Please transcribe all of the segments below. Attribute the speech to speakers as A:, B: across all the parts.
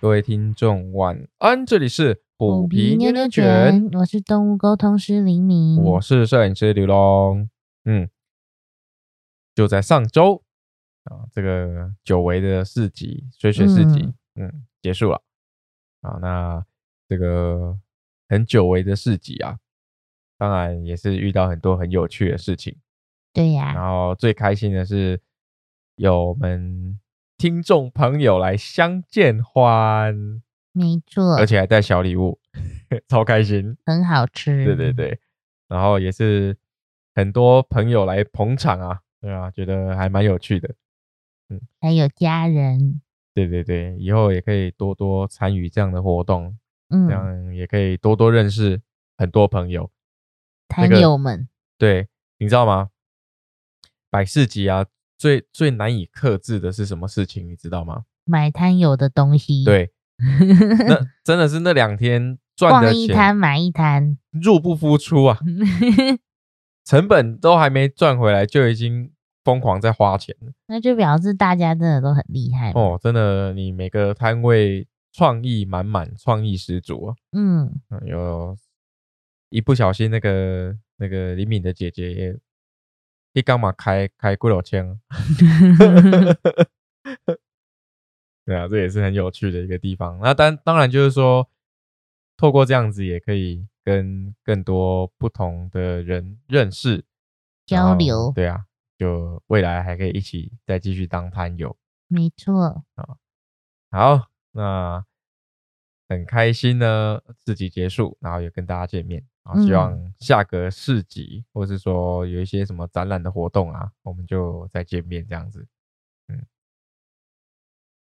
A: 各位听众晚安，这里是虎皮
B: 牛
A: 牛
B: 牛
A: 牛卷，，
B: 我是动物沟通师林明。
A: 我是摄影师刘龙。嗯，就在上周啊，这个久违的市集水水市集，嗯结束了啊。那这个很久违的市集啊，当然也是遇到很多很有趣的事情。
B: 对呀、
A: 然后最开心的是有我们听众朋友来相见欢，
B: 没错，
A: 而且还带小礼物， 超开心。
B: 很好吃。
A: 对对，对，然后也是很多朋友来捧场啊，对啊，觉得还蛮有趣的。
B: 还有家人，
A: 对对对，以后也可以多多参与这样的活动，这
B: 嗯，
A: 样也可以多多认识很多朋友。
B: 摊
A: 个
B: 友们，
A: 对，你知道吗？百事集啊，最最难以克制的是什么事情？你知道吗？
B: 买摊友的东西。，
A: 对，那真的是那两天赚的
B: 逛一摊
A: 钱
B: 买一摊，
A: 入不敷出啊， 成本都还没赚回来，就已经疯狂在花钱了。
B: 那就表示大家真的都很厉害。
A: 哦，真的，你每个摊位创意满满，创意十足啊！
B: 嗯，
A: 嗯有一不小心，那个那个李敏的姐姐也一刚嘛开开贵老千啊， 对啊，这也是很有趣的一个地方。那当当然就是说，透过这样子也可以跟更多不同的人认识、然
B: 交
A: 后
B: 流
A: 对啊，就未来还可以一起再继续当摊友。
B: 没错，
A: 好，那很开心呢，市集结束，然后也跟大家见面。啊，希望下个市集，或是说有一些什么展览的活动啊，我们就再见面这样子。嗯，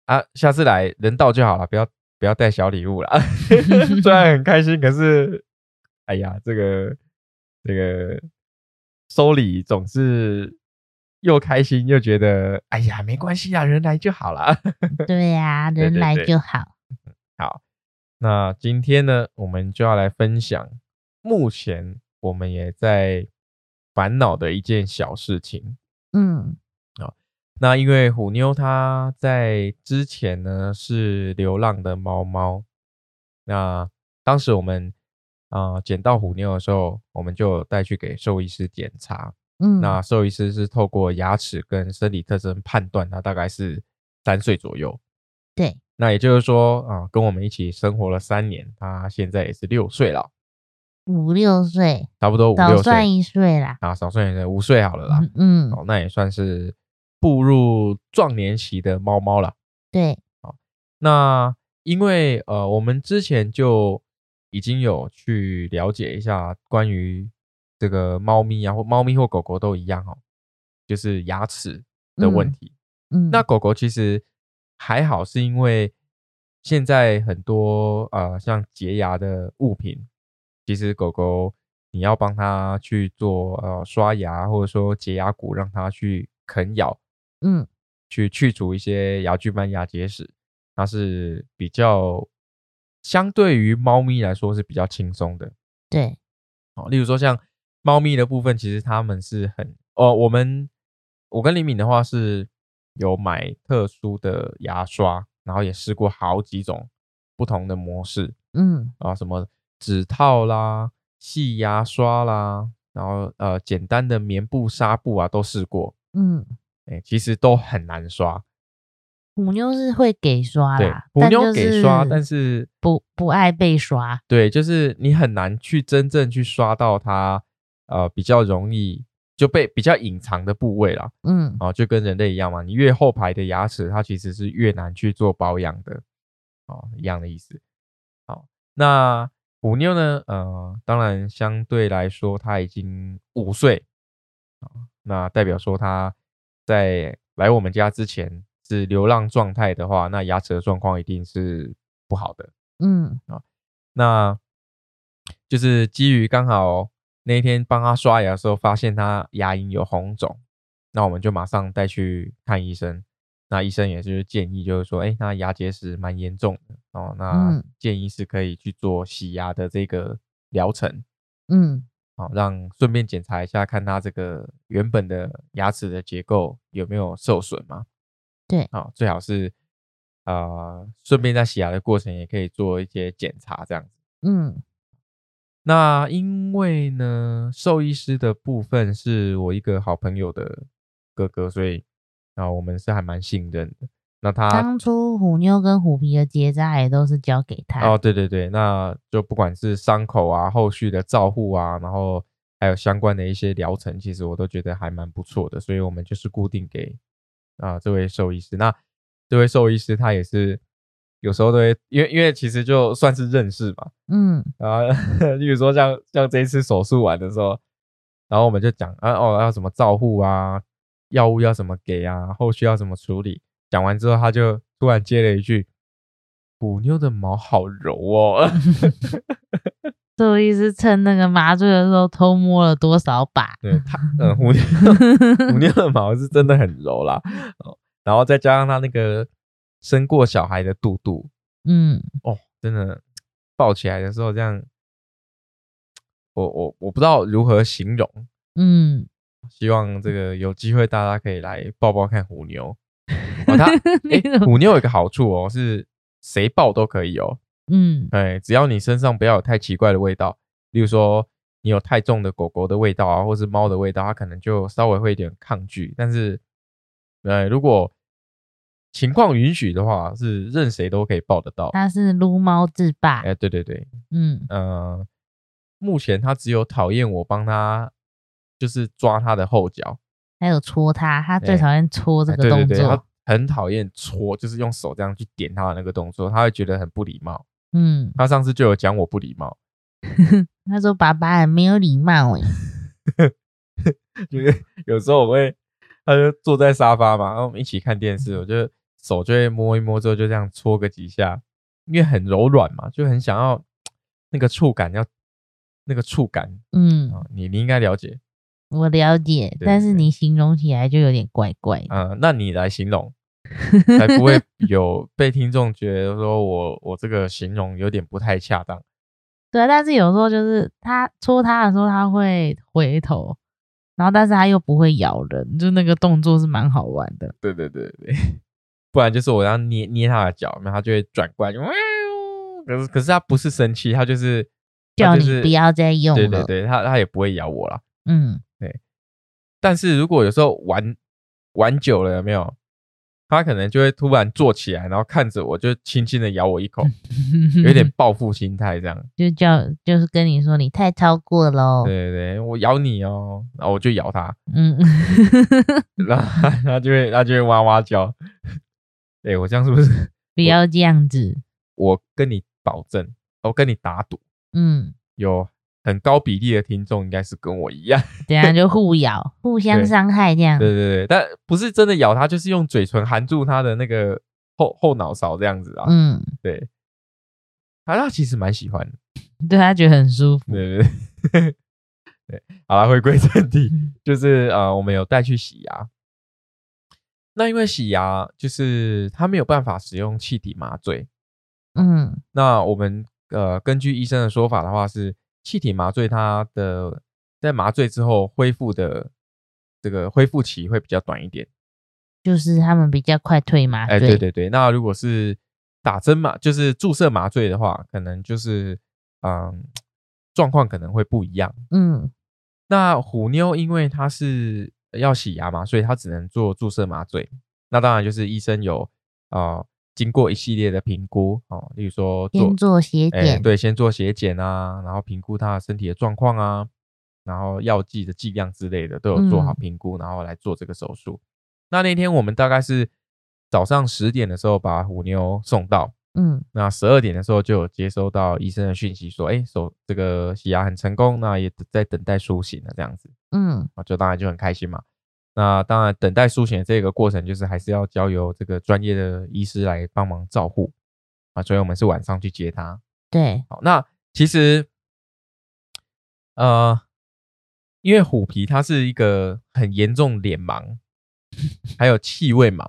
A: 啊，下次来人到就好了，不要不要带小礼物啦。虽然很开心，可是，哎呀，这个这个收礼总是又开心又觉得，哎呀，没关系啊，人来就好了。
B: 对呀、
A: 对
B: 人
A: 对
B: 来
A: 对
B: 就好。
A: 那今天呢，我们就要来分享目前我们也在烦恼的一件小事情。
B: 嗯，
A: 那因为虎妞她在之前呢是流浪的猫猫，那当时我们啊、呃捡到虎妞的时候，我们就有带去给兽医师检查。
B: 嗯，
A: 那兽医师是透过牙齿跟生理特征判断它大概是三岁左右。
B: 对，
A: 那也就是说啊、跟我们一起生活了三年，他现在也是六岁了，
B: 五六岁，
A: 差不多五
B: 早
A: 六
B: 算
A: 岁
B: 一岁啦。
A: 啊，少算一岁，五岁好了啦。
B: 嗯嗯，
A: 哦，那也算是步入壮年期的猫猫了。
B: 对，
A: 那因为呃，我们之前就已经有去了解一下关于这个猫咪啊，或猫咪或狗狗都一样哦，就是牙齿的问
B: 嗯
A: 题。
B: 嗯，
A: 那狗狗其实还好，是因为现在很多呃像洁牙的物品，其实狗狗你要帮它去做呃刷牙，或者说洁牙骨，让它去啃咬，
B: 嗯
A: 去去除一些牙菌斑、牙结石，它是比较相对于猫咪来说是比较轻松的。
B: 对，
A: 哦，例如说像猫咪的部分，其实它们是很哦，我们我跟李敏的话是有买特殊的牙刷，然后也试过好几种不同的模式
B: 嗯
A: 啊，什么指套啦、细牙刷啦，然后呃简单的棉布、纱布啊都试过，
B: 嗯。
A: 哎，其实都很难刷。
B: 虎妞是会给刷
A: 对
B: 啦，，
A: 虎
B: 但
A: 妞
B: 就
A: 给刷，但是
B: 不不爱被刷。
A: 对，就是你很难去真正去刷到它，呃，比较容易就被比较隐藏的部位啦。
B: 嗯，
A: 啊，就跟人类一样嘛，你越后排的牙齿，它其实是越难去做保养的，哦，一样的意思。好，那虎妞呢？呃，当然相对来说，它已经五岁，啊、那代表说它在来我们家之前是流浪状态的话，那牙齿的状况一定是不好的。
B: 嗯
A: 那就是基于刚好那一天帮他刷牙的时候，发现他牙龈有红肿，那我们就马上带去看医生。那医生也就是建议，就是说，哎、那牙结石蛮严重的哦，那
B: 嗯
A: 建议是可以去做洗牙的这个疗程，
B: 嗯，
A: 好、让顺便检查一下，看他这个原本的牙齿的结构有没有受损嘛。哦
B: 对
A: 好、最好是呃，顺便在洗牙的过程也可以做一些检查这样子。
B: 嗯
A: 那因为呢，兽医师的部分是我一个好朋友的哥哥，所以啊、我们是还蛮信任的。那他
B: 当初虎妞跟虎皮的结扎也都是交给他。
A: 哦，对对对，那就不管是伤口啊、后续的照护啊，然后还有相关的一些疗程，其实我都觉得还蛮不错的，所以我们就是固定给啊、这位兽医师。那这位兽医师他也是有时候都会，因为因为其实就算是认识嘛，
B: 嗯
A: 啊， 例如说像像这一次手术完的时候，然后我们就讲啊哦要怎么照护啊，药物要怎么给啊，后续要怎么处理。讲完之后，他就突然接了一句：“虎妞的毛好柔哦。
B: 兽医师趁那个麻醉的时候偷摸了多少把”？
A: 对，他嗯，虎妞虎妞的毛是真的很柔啦。哦然后再加上他那个生过小孩的肚肚，
B: 嗯，
A: 哦，真的抱起来的时候这样，我我我不知道如何形容。
B: 嗯，
A: 希望这个有机会大家可以来抱抱看虎妞。哦，它
B: 你
A: 哎、
B: 怎么
A: 虎妞有一个好处哦，是谁抱都可以哦。
B: 嗯
A: 哎，只要你身上不要有太奇怪的味道，例如说你有太重的狗狗的味道啊，或是猫的味道，它可能就稍微会有点抗拒。但是，呃，如果情况允许的话，是任谁都可以抱得到。
B: 他是撸猫制霸
A: 哎、。对对对，
B: 嗯
A: 呃，目前它只有讨厌我帮它，就是抓它的后脚。
B: 还有戳他，他
A: 哎
B: 最讨厌戳这
A: 哎
B: 个动
A: 对对对，他
B: 作。
A: 很讨厌戳，就是用手这样去点他的那个动作，他会觉得很不礼貌。
B: 嗯，
A: 他上次就有讲我不礼貌，
B: 他说爸爸很没有礼貌哎。
A: 就是有时候我会，他就坐在沙发嘛，然后我们一起看电视，我就手就会摸一摸之后就这样搓个几下，因为很柔软嘛，就很想要那个触感要。那个触感
B: 嗯，
A: 啊，你你应该了解，
B: 我了解，
A: 对
B: 但
A: 对
B: 是你形容起来就有点怪怪的。
A: 呃，那你来形容，才不 会有被听众觉得说我我这个形容有点不太恰当。
B: 对啊，但是有时候就是他戳他的时候，他会回头，然后但是他又不会咬人，就那个动作是蛮好玩的。
A: 对对对对， 不然就是我要捏捏他的脚，然后他就会转过来 就，哇哦可是可是他不是生气，他就是
B: 叫
A: 他就
B: 你
A: 是
B: 不要再用
A: 对对
B: 了。
A: 对，他他也不会咬我啦。
B: 嗯，
A: 但是如果有时候玩玩久了有没有，他可能就会突然坐起来，然后看着我就轻轻的咬我一 口，有点报复心态这样。
B: 就叫就是跟你说你太超过喽。
A: 对对对，我咬你哦，然后我就咬他，
B: 嗯，
A: 然后他他就会他就会哇哇叫。 对我这样是不是？
B: 不要这样子。
A: 我跟你保证，我跟你打赌。
B: 嗯，
A: 有很高比例的听众应该是跟我一样，
B: 等下就互咬，互相
A: 对
B: 伤害这 样。
A: 对对对，但不是真的咬它，就是用嘴唇含住它的那个后后脑勺这样子啊，
B: 嗯，
A: 对，啊，他其实蛮喜欢的，
B: 对他觉得很舒服。
A: 对对对， 对，好了，回归正题，就是呃，我们有带去洗牙，那因为洗牙就是它没有办法使用气体麻醉，
B: 嗯
A: 那我们呃，根据医生的说法的话是，气体麻醉它的在麻醉之后恢复的这个恢复期会比较短一点。
B: 就是他们比较快退麻
A: 哎、
B: 醉。
A: 对对对，那如果是打针麻，就是注射麻醉的话，可能就是嗯状况可能会不一样。
B: 嗯
A: 那虎妞因为她是呃要洗牙嘛，所以她只能做注射麻醉。那当然就是医生有呃经过一系列的评估哦，例如说做
B: 先做斜
A: 哎、
B: 点。
A: 对，先做血检啊，然后评估他的身体的状况啊，然后药剂的剂量之类的都有做好
B: 嗯
A: 评估，然后来做这个手术。那那天我们大概是早上十点的时候把虎妞送到，
B: 嗯
A: 那十二点的时候就有接收到医生的讯息说，哎、手这个洗牙很成功，那也在等待苏醒了这样子，
B: 嗯
A: 啊，就当然就很开心嘛。那当然，等待苏醒的这个过程，就是还是要交由这个专业的医师来帮忙照护啊，所以我们是晚上去接他。
B: 对，
A: 好，那其实，呃，因为虎皮它是一个很严重脸盲，还有气味盲，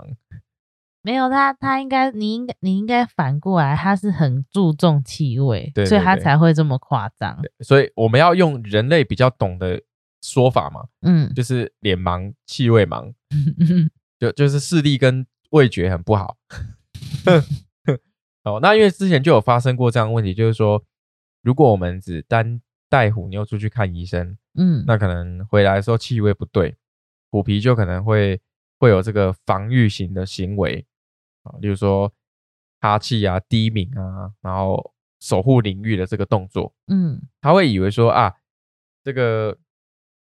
B: 没有他，他应该，你应该，你应该反过来，他是很注重气味，
A: 对
B: 所以
A: 对
B: 他
A: 对
B: 才会这么夸张。
A: 所以我们要用人类比较懂的说法嘛，
B: 嗯
A: 就是脸盲、气味盲，
B: 嗯
A: 就就是视力跟味觉很不好。哦，那因为之前就有发生过这样的问题，就是说，如果我们只单带虎妞出去看医生，
B: 嗯，
A: 那可能回来的时候气味不对，虎皮就可能会会有这个防御型的行为啊、例如说哈气啊、低鸣啊，然后守护领域的这个动作，
B: 嗯
A: 他会以为说啊，这个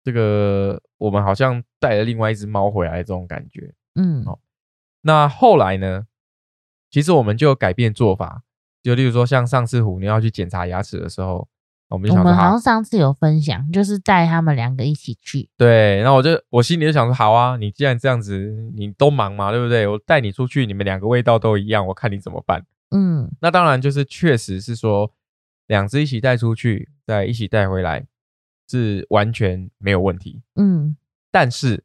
A: 这个我们好像带了另外一只猫回来这种感觉。
B: 嗯
A: 好那后来呢，其实我们就有改变做法，就例如说像上次虎妞要去检查牙齿的时候，我们就
B: 我
A: 想说啊
B: 们好
A: 好
B: 像，上次有分享，就是带他们两个一起去，
A: 对，然后我就我心里就想说好啊，你既然这样子，你都忙嘛，对不对？我带你出去，你们两个味道都一样，我看你怎么办。
B: 嗯
A: 那当然就是确实是说，两只一起带出去，再一起带回来，是完全没有问题。
B: 嗯，
A: 但是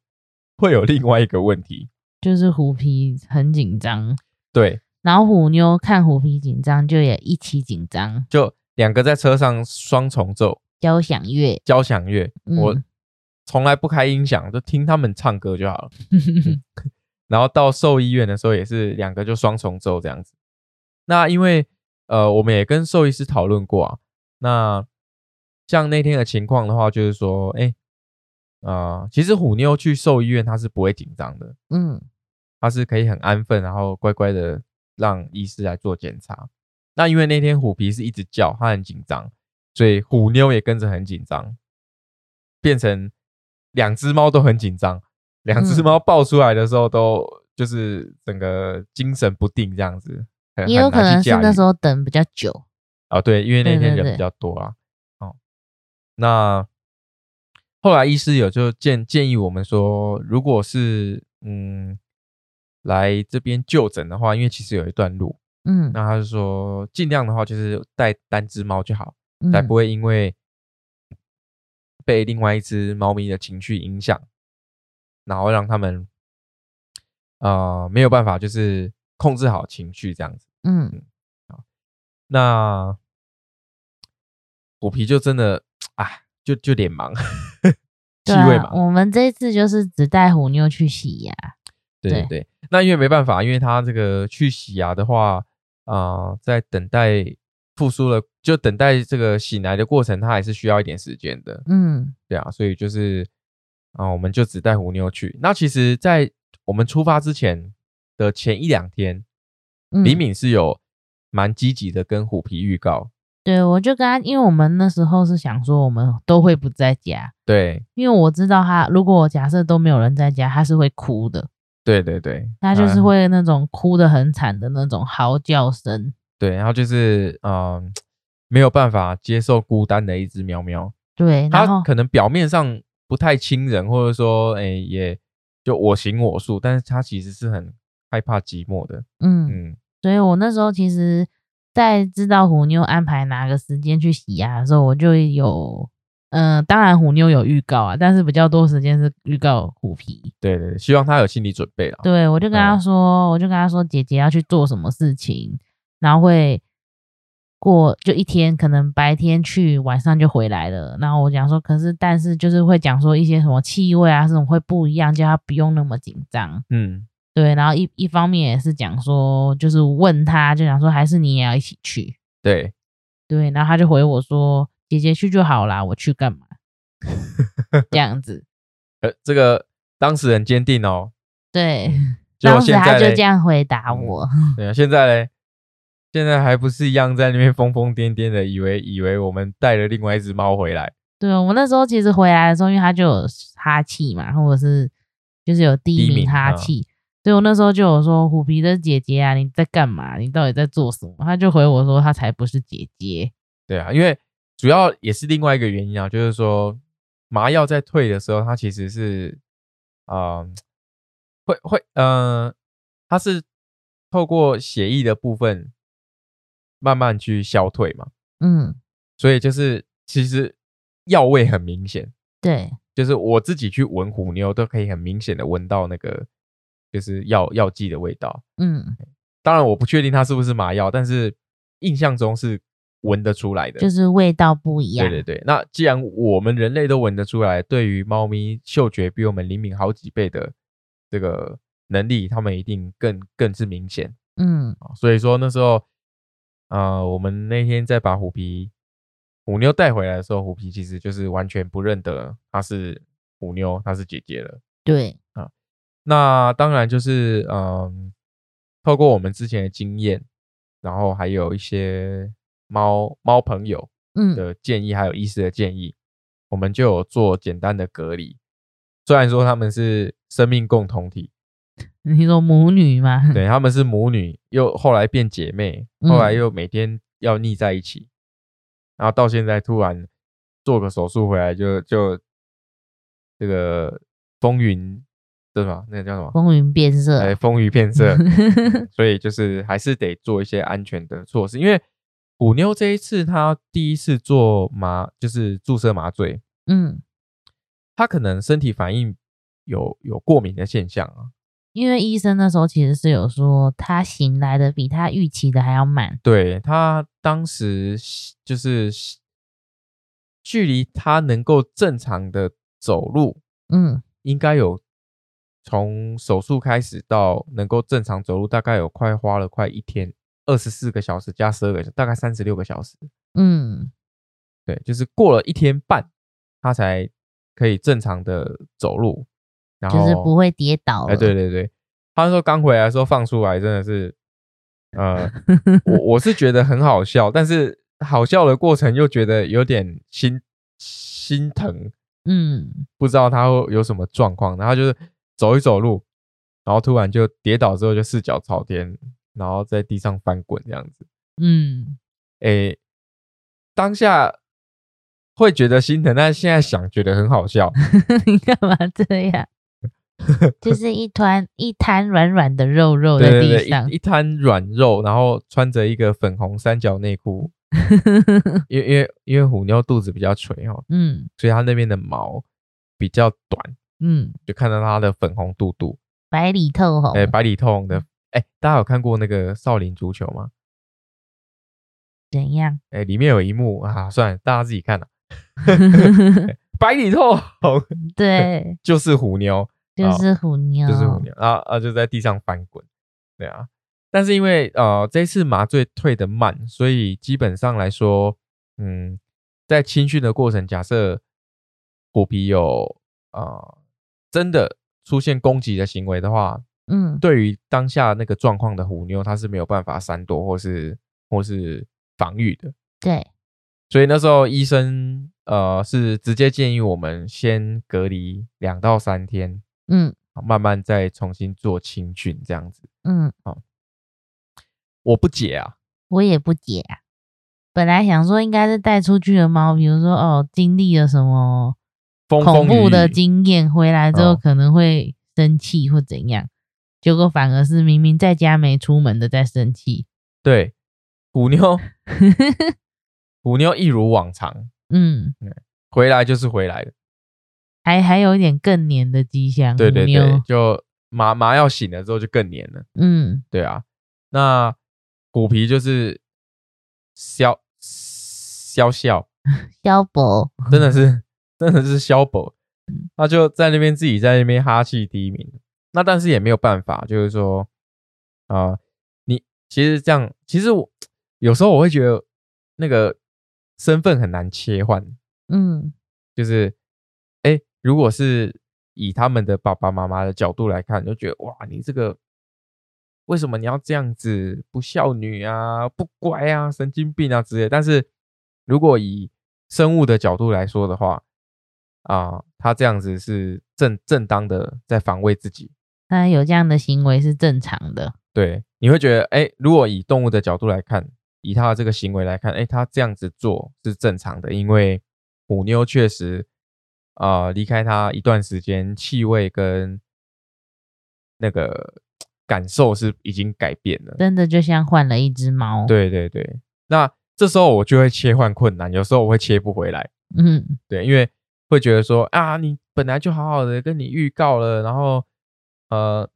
A: 会有另外一个问题，
B: 就是虎皮很紧张，
A: 对，
B: 然后虎妞看虎皮紧张，就也一起紧张，
A: 就两个在车上双重奏
B: 交响乐，
A: 交响乐，
B: 嗯
A: 我从来不开音响，就听他们唱歌就好了。然后到兽医院的时候也是两个就双重奏这样子。那因为呃，我们也跟兽医师讨论过啊，那像那天的情况的话，就是说，哎、呃，其实虎妞去兽医院她是不会紧张的，
B: 嗯
A: 他是可以很安分，然后乖乖的让医师来做检查。那因为那天虎皮是一直叫，他很紧张，所以虎妞也跟着很紧张，变成两只猫都很紧张，两只
B: 嗯
A: 猫抱出来的时候都就是整个精神不定这样子，很
B: 也有
A: 很
B: 可
A: 难去
B: 能是
A: 驾
B: 那
A: 驭
B: 时候等比较久，
A: 哦，对，因为那
B: 对
A: 天
B: 对
A: 人
B: 对
A: 比较多啊。哦，那后来医师有就建建议我们说，如果是嗯来这边就诊的话，因为其实有一段路，
B: 嗯，
A: 那他就说尽量的话就是带单只猫就好，
B: 嗯
A: 才不会因为被另外一只猫咪的情绪影响，然后让他们呃没有办法就是控制好情绪这样子。
B: 嗯
A: 那虎皮就真的啊，就就脸盲，气
B: 对啊
A: 味盲，
B: 我们这一次就是只带虎妞去洗牙，
A: 对对对。那因为没办法，因为他这个去洗牙的话，啊、在等待复苏了，就等待这个醒来的过程，他还是需要一点时间的，
B: 嗯
A: 对啊，所以就是啊、我们就只带虎妞去。那其实，在我们出发之前的前一两天，
B: 嗯，
A: 李敏是有蛮积极的跟虎皮预告，
B: 对，我就跟他，因为我们那时候是想说我们都会不在家，
A: 对
B: 因为我知道他，如果我假设都没有人在家，他是会哭的，
A: 对对对，
B: 他就是
A: 嗯
B: 会那种哭的很惨的那种嚎叫声。
A: 对，然后就是嗯、呃没有办法接受孤单的一只喵喵，
B: 对，嗯然
A: 它
B: 后
A: 可能表面上不太亲人，或者说哎也就我行我素，但是它其实是很害怕寂寞的。
B: 嗯，
A: 嗯，
B: 所以我那时候其实，在知道虎妞安排哪个时间去洗牙的时候，我就有，嗯、当然虎妞有预告啊，但是比较多时间是预告虎皮。
A: 对对，对希望它有心理准备了。
B: 对，我就跟他
A: 嗯
B: 说，我就跟他说，姐姐要去做什么事情，然后会过就一天，可能白天去，晚上就回来了。然后我讲说，可是但是就是会讲说一些什么气味啊，这种会不一样，叫他不用那么紧张。
A: 嗯，
B: 对，然后一一方面也是讲说，就是问他，就讲说还是你也要一起去。
A: 对，
B: 对，然后他就回我说，姐姐去就好啦，我去干嘛？这样子，
A: 呃，这个当事人坚定哦。
B: 对，
A: 结果
B: 当时
A: 现
B: 他
A: 在
B: 就
A: 嘞
B: 这，样回答
A: 嗯
B: 我。
A: 对啊，现在嘞，现在还不是一样在那边疯疯癫癫的，以为以为我们带了另外一只猫回来。
B: 对，我那时候其实回来的时候，因为他就有哈气嘛，或者是就是有第
A: 低
B: 一名
A: 鸣
B: 哈
A: 嗯
B: 气，所以我那时候就有说虎皮的姐姐啊，你在干嘛？你到底在做什么？他就回我说他才不是姐姐。
A: 对啊，因为主要也是另外一个原因啊，就是说麻药在退的时候，它其实是，啊，会会，嗯、它是透过血液的部分慢慢去消退嘛，
B: 嗯，
A: 所以就是其实药味很明显，
B: 对，
A: 就是我自己去闻虎妞都可以很明显的闻到那个就是药药剂的味道。
B: 嗯，
A: 当然我不确定它是不是麻药，但是印象中是闻得出来的，
B: 就是味道不一样。
A: 对对对，那既然我们人类都闻得出来，对于猫咪嗅觉比我们灵敏好几倍的这个能力，它们一定更更是明显。
B: 嗯
A: 哦所以说那时候，呃，我们那天再把虎皮虎妞带回来的时候，虎皮其实就是完全不认得她是虎妞，她是姐姐了。
B: 对，
A: 那当然就是嗯，透过我们之前的经验，然后还有一些猫猫朋友
B: 嗯
A: 的建议，还有医师的建议，我们就有做简单的隔离。虽然说他们是生命共同体，
B: 你说母女嘛，
A: 对，他们是母女，又后来变姐妹，后来
B: 嗯
A: 又每天要腻在一起，然后到现在突然做个手术回来就，就这个风云，对吧？那个叫什么？
B: 风云变
A: 哎，
B: 色，
A: 风雨变色，嗯所以就是还是得做一些安全的措施。因为虎妞这一次她第一次做麻，就是注射麻醉，
B: 嗯，
A: 她可能身体反应有有过敏的现象啊。
B: 因为医生那时候其实是有说，他醒来的比他预期的还要慢，
A: 对她当时吸就是吸距离她能够正常的走路，
B: 嗯
A: 应该有从手术开始到能够正常走路，大概有快花了快一天。二十四个小时加十二个小时，大概三十六个小时。
B: 嗯
A: 对，就是过了一天半，他才可以正常的走路，然后
B: 就是不会跌倒了，
A: 哎，对对对，他说刚回来的时候放出来真的是，呃，我我是觉得很好笑，但是好笑的过程又觉得有点心心疼，
B: 嗯，
A: 不知道他会有什么状况，然后就是走一走路，然后突然就跌倒之后就四脚朝天，然后在地上翻滚这样子。
B: 嗯
A: 诶，当下会觉得心疼，但现在想觉得很好笑。
B: 嗯，你干嘛这样？ 就是一团一滩软软的肉肉
A: 对
B: 哦在
A: 对
B: 地
A: 对，
B: 上
A: 一，一滩软肉，然后穿着一个粉红三角内 裤，因为因为因为虎妞肚子比较垂哦，
B: 嗯
A: 所以它那边的毛比较短，
B: 嗯，
A: 就看到它的粉红肚肚，
B: 白里透红，
A: 哎，白里透红的。哎，大家有看过那个少林足球吗？
B: 怎样？
A: 哎，里面有一幕啊，算了，大家自己 看了、白里透红
B: 对，
A: 就是虎妞，
B: 就
A: 好
B: 是虎妞，
A: 就是虎，妞啊啊，就在地上翻滚，对啊。但是因为呃这次麻醉退得慢，所以基本上来说，嗯，在青训的过程，假设虎皮有呃真的出现攻击的行为的话，
B: 嗯，
A: 对于当下那个状况的虎妞，它是没有办法闪躲或是或是防御的。
B: 对，
A: 所以那时候医生呃是直接建议我们先隔离两到三天，
B: 嗯
A: 慢慢再重新做青训这样子。
B: 嗯，
A: 我不解啊，
B: 我也不解啊。本来想说应该是带出去的猫，比如说哦，经历了什么
A: 风
B: 恐
A: 风雨
B: 怖的
A: 雨
B: 经验，回来之后
A: 哦
B: 可能会生气或怎样，结果反而是明明在家没出门的在生气。
A: 对虎 妞，虎妞一如往常
B: 嗯，
A: 回来就是回来的，
B: 还还有一点更年的迹象。
A: 对对
B: 虎妞
A: 对，就麻麻药醒了之后就更黏了，
B: 嗯
A: 对啊，那虎皮就是消消笑，，
B: 消薄，
A: 真的是真的是消薄，他就在那边自己在那边哈气低鸣，那但是也没有办法，就是说啊、你其实这样，其实我有时候我会觉得那个身份很难切换。
B: 嗯
A: 就是，哎，如果是以他们的爸爸妈妈的角度来看，就觉得哇，你这个为什么你要这样子不孝女啊、不乖啊、神经病啊之类的。但是如果以生物的角度来说的话，啊、他这样子是正正当的在防卫自己。
B: 那有这样的行为是正常的。
A: 对，你会觉得，哎，如果以动物的角度来看，以它的这个行为来看，哎，它这样子做是正常的，因为母妞确实，啊、离开它一段时间，气味跟那个感受是已经改变了。
B: 真的就像换了一只猫。，
A: 对对对，那这时候我就会切换困难，有时候我会切不回来，
B: 嗯
A: 对，因为会觉得说啊，你本来就好好的跟你预告了，然后呃，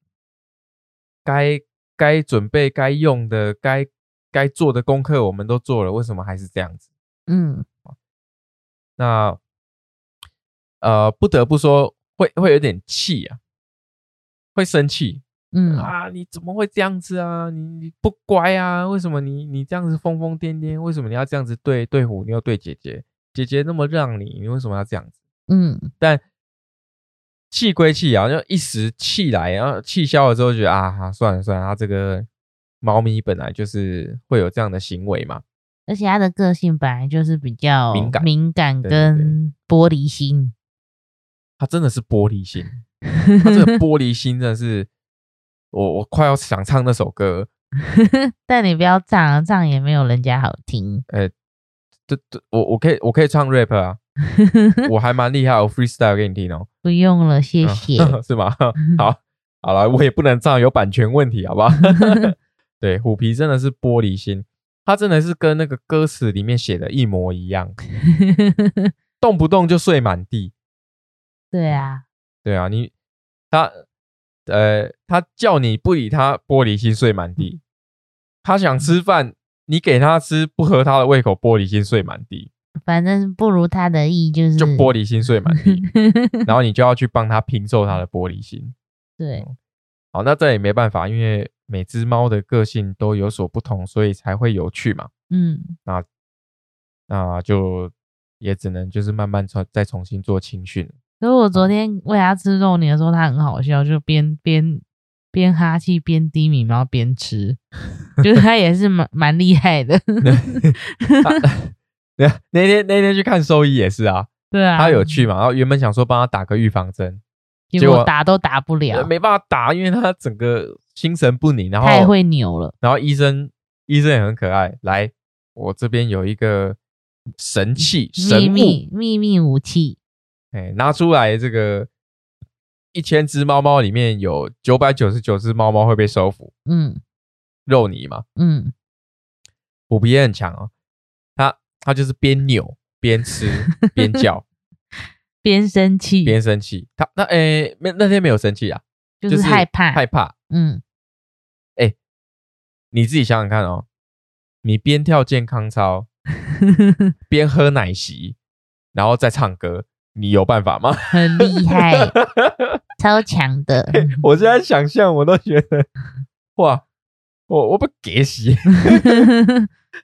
A: 该该准备、该用的、该该做的功课我们都做了，为什么还是这样子？
B: 嗯
A: 那呃，不得不说会会有点气啊，会生气，
B: 嗯
A: 啊，你怎么会这样子啊？你你不乖啊？为什么你你这样子疯疯癫癫？为什么你要这样子对对虎妞对姐姐？姐姐那么让你，你为什么要这样子？
B: 嗯
A: 但气归气啊，就一时气来，然后气消了之后觉得啊，算了算了，它这个猫咪本来就是会有这样的行为嘛，
B: 而且他的个性本来就是比较
A: 敏感
B: 敏感
A: 对对对
B: 跟玻璃心。
A: 它真的是玻璃心，它这个玻璃心真的是，我我快要想唱那首歌，
B: 但你不要唱啊，唱也没有人家好听。
A: 哎这这我我可以我可以唱 rap 啊，我还蛮厉害，我 freestyle 给你听哦，
B: 不用了，谢谢。
A: 是吗？好，好了，我也不能唱，有版权问题，好不好？ 对，虎皮真的是玻璃心，它真的是跟那个歌词里面写的一模一样，动不动就睡满地。
B: 对啊，
A: 对啊，你他呃，他叫你不理他，玻璃心睡满地。他想吃饭，你给他吃不合他的胃口，玻璃心睡满地，
B: 反正不如他的意，就是
A: 就玻璃心睡满地。然后你就要去帮他拼凑他的玻璃心。
B: 对，
A: 好，那这也没办法，因为每只猫的个性都有所不同，所以才会有趣嘛。
B: 嗯，
A: 那就也只能就是慢慢重再重新做青训。
B: 所以我昨天喂它吃肉泥的时候，它很好笑，就边边边哈气边低鸣，然后边吃，就是它也是蛮蛮厉害的。
A: 那 那天那天去看兽医也是啊，
B: 对啊，
A: 他有去嘛，然后原本想说帮他打个预防针，
B: 结
A: 结
B: 果
A: 果
B: 打都打不
A: 呃
B: 了，
A: 没哦办法打，因为他整个心神不宁，然后
B: 太会扭了。
A: 然后医生医生也很可爱，来，我这边有一个神器
B: 秘
A: 神物，
B: 密秘密武器，
A: 哎，拿出来这个一千只猫猫里面有九百九十九只猫猫会被收服
B: 嗯
A: 肉泥嘛，
B: 嗯，
A: 虎皮也很强哦，它它就是边扭边吃 边叫
B: 边生气
A: 边生气，它那诶没那天没有生气啊，
B: 就害怕，
A: 害怕。
B: 嗯
A: 你自己想想看哦，你边跳健康 操边喝奶昔，然后再唱歌，你有办法吗？
B: 很厉害，超强的，
A: 我现在想象我都觉得哇，我我不给洗。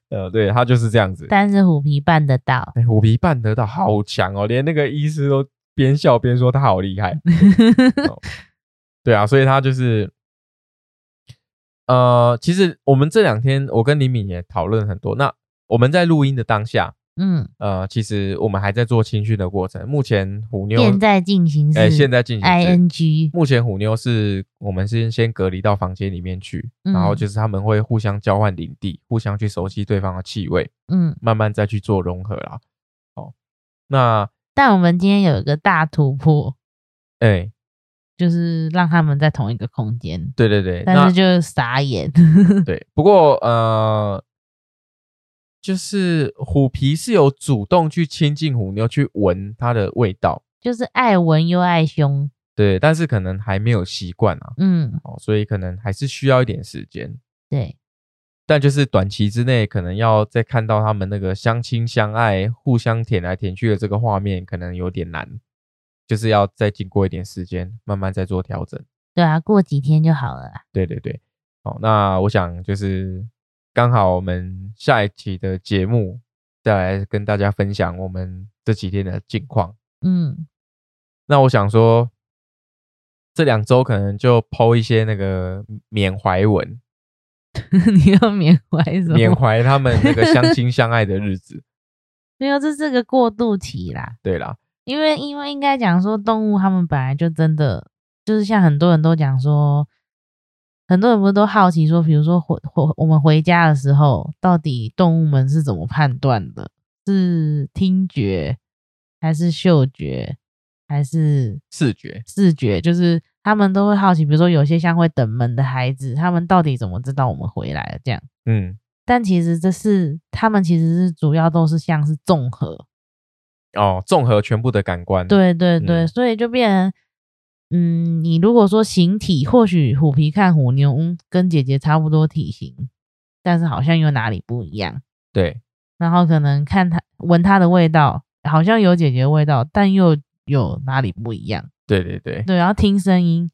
A: 呃，对他就是这样子。
B: 但是虎皮办得到，
A: 哎，虎皮办得到好强哦，连那个医师都边笑边说他好厉 害。哦对啊，所以他就是，呃，其实我们这两天我跟李敏也讨论很多。那我们在录音的当下，
B: 嗯，
A: 呃，其实我们还在做青训的过程。目前虎妞
B: 现在进行
A: 哎、
B: 式
A: 现在进行式
B: ing，
A: 目前虎妞是我们先先隔离到房间里面去，
B: 嗯
A: 然后就是他们会互相交换领地，互相去熟悉对方的气味，
B: 嗯，
A: 慢慢再去做融合啦。哦，那
B: 但我们今天有一个大突破，
A: 哎、
B: 就是让他们在同一个空间，
A: 对对对，
B: 但
A: 那
B: 是就傻眼，
A: 对，不过呃，就是虎皮是有主动去亲近虎妞，去闻它的味道，
B: 就是爱文又爱凶，
A: 对，但是可能还没有习惯啊，
B: 嗯，
A: 哦，所以可能还是需要一点时间。
B: 对，
A: 但就是短期之内，可能要再看到他们那个相亲相爱、互相舔来舔去的这个画面，可能有点难，就是要再经过一点时间，慢慢再做调整。
B: 对啊，过几天就好了啦，
A: 对对对，好，那我想就是刚好我们下一期的节目再来跟大家分享我们这几天的近况。
B: 嗯，
A: 那我想说，这两周可能就剖一些那个缅怀文，
B: 你要缅怀什么？
A: 缅怀他们那个相亲相爱的日子。
B: 没有，这是个过渡期啦。
A: 对啦，
B: 因为因为应该讲说，动物它们本来就真的就是像很多人都讲说，很多人不是都好奇说，比如说回回我们回家的时候，到底动物们是怎么判断的？是听觉还是嗅觉还是
A: 视觉，
B: 视觉？就是他们都会好奇，比如说有些像会等门的孩子，他们到底怎么知道我们回来了？这样，
A: 嗯，
B: 但其实这是他们其实是主要都是像是综合，
A: 哦，综合全部的感官，，
B: 对对对，
A: 嗯
B: 所以就变成，嗯，你如果说形体，或许虎皮看虎妞，嗯，跟姐姐差不多体型，但是好像又哪里不一样。
A: 对，
B: 然后可能看它闻它的味道，好像有姐姐的味道，但又有哪里不一样。
A: 对对对，
B: 对，然后听声音，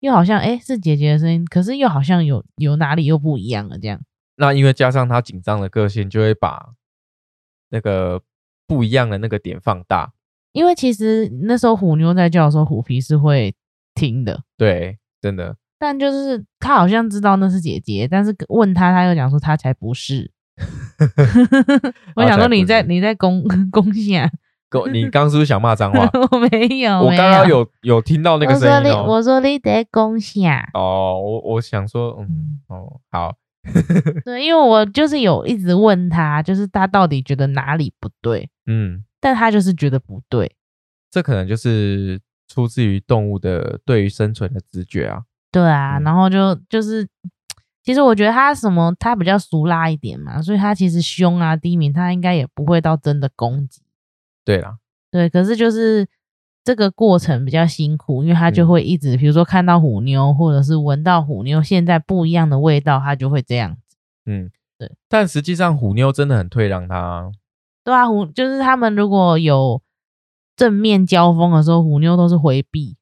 B: 又好像哎、诶是姐姐的声音，可是又好像有有哪里又不一样了这样。
A: 那因为加上他紧张的个性，就会把那个不一样的那个点放大。
B: 因为其实那时候虎妞在叫的时候，虎皮是会听的，
A: 对，真的，
B: 但就是他好像知道那是姐姐，但是问他，他又讲说他才不 是。我想说你在
A: 他才不是
B: 你在攻攻下，？
A: 跟你刚是不是想骂脏话
B: 我没有，
A: 我
B: 哦没
A: 刚刚有有听到 那个
B: 我说
A: 声
B: 你
A: 音哦。
B: 我说你得攻下，
A: 哦，我我想说，嗯，哦，好，
B: 对，因为我就是有一直问他，就是他到底觉得哪里不对，
A: 嗯，
B: 但他就是觉得不对，
A: 这可能就是出自于动物的对于生存的直觉啊。
B: 对啊，
A: 嗯
B: 然后就就是，其实我觉得他什么他比较俗辣一点嘛，所以他其实凶啊低敏，他应该也不会到真的攻击，
A: 对啦，
B: 对，可是就是这个过程比较辛苦，因为他就
A: 嗯
B: 会一直，比如说看到虎妞，或者是闻到虎妞现在不一样的味道，他就会这样。
A: 嗯，
B: 对。
A: 但实际上，虎妞真的很退让他，
B: 对啊，虎就是他们如果有正面交锋的时候，虎妞都是回避，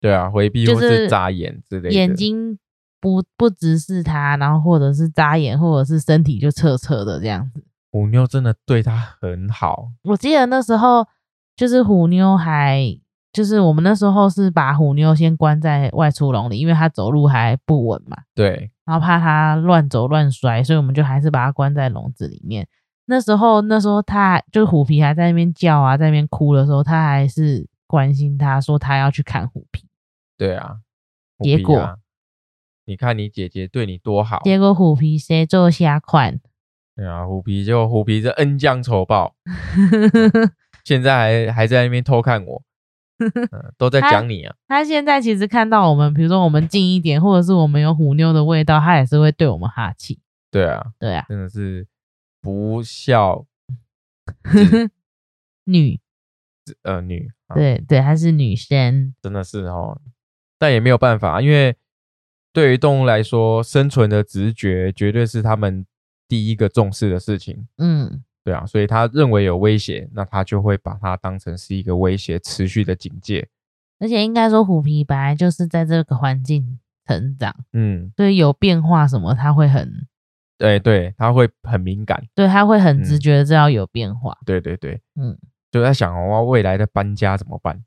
A: 对啊，回避
B: 就
A: 或是
B: 是
A: 眨眼之类的。
B: 眼睛不不直视他，然后或者是眨眼，或者是身体就侧侧的这样子。
A: 虎妞真的对他很好，
B: 我记得那时候就是虎妞还。就是我们那时候是把虎妞先关在外出笼里，因为它走路还不稳嘛。
A: 对，
B: 然后怕它乱走乱摔，所以我们就还是把它关在笼子里面。那时候，那时候它还就是虎皮还在那边叫啊，在那边哭的时候，他还是关心他说他要去看虎皮。
A: 对啊。虎
B: 结
A: 皮
B: 果
A: 啊，你看你姐姐对你多好，
B: 结果虎皮谁做下款？
A: 对啊，虎皮就虎皮这恩将仇报，现在还还在那边偷看 我，嗯，都在
B: 他
A: 讲你啊，
B: 他现在其实看到我们，比如说我们近一点，或者是我们有虎妞的味道，他也是会对我们哈气。
A: 对啊，
B: 对啊，
A: 真的是不孝
B: 女，
A: 儿女，啊、
B: 对对，她是女生，
A: 真的是哦，但也没有办法，因为对于动物来说，生存的直觉绝对是他们第一个重视的事情，
B: 嗯，
A: 对啊，所以他认为有威胁，那他就会把它当成是一个威胁，持续的警戒，
B: 而且应该说虎皮本来就是在这个环境成长。
A: 嗯，
B: 所以有变化什么，他会很
A: 对对，他会很敏感，
B: 对，他会很
A: 嗯
B: 直觉的知道有变化。
A: 对对对，
B: 嗯，
A: 就在想哦，未来的搬家怎么办？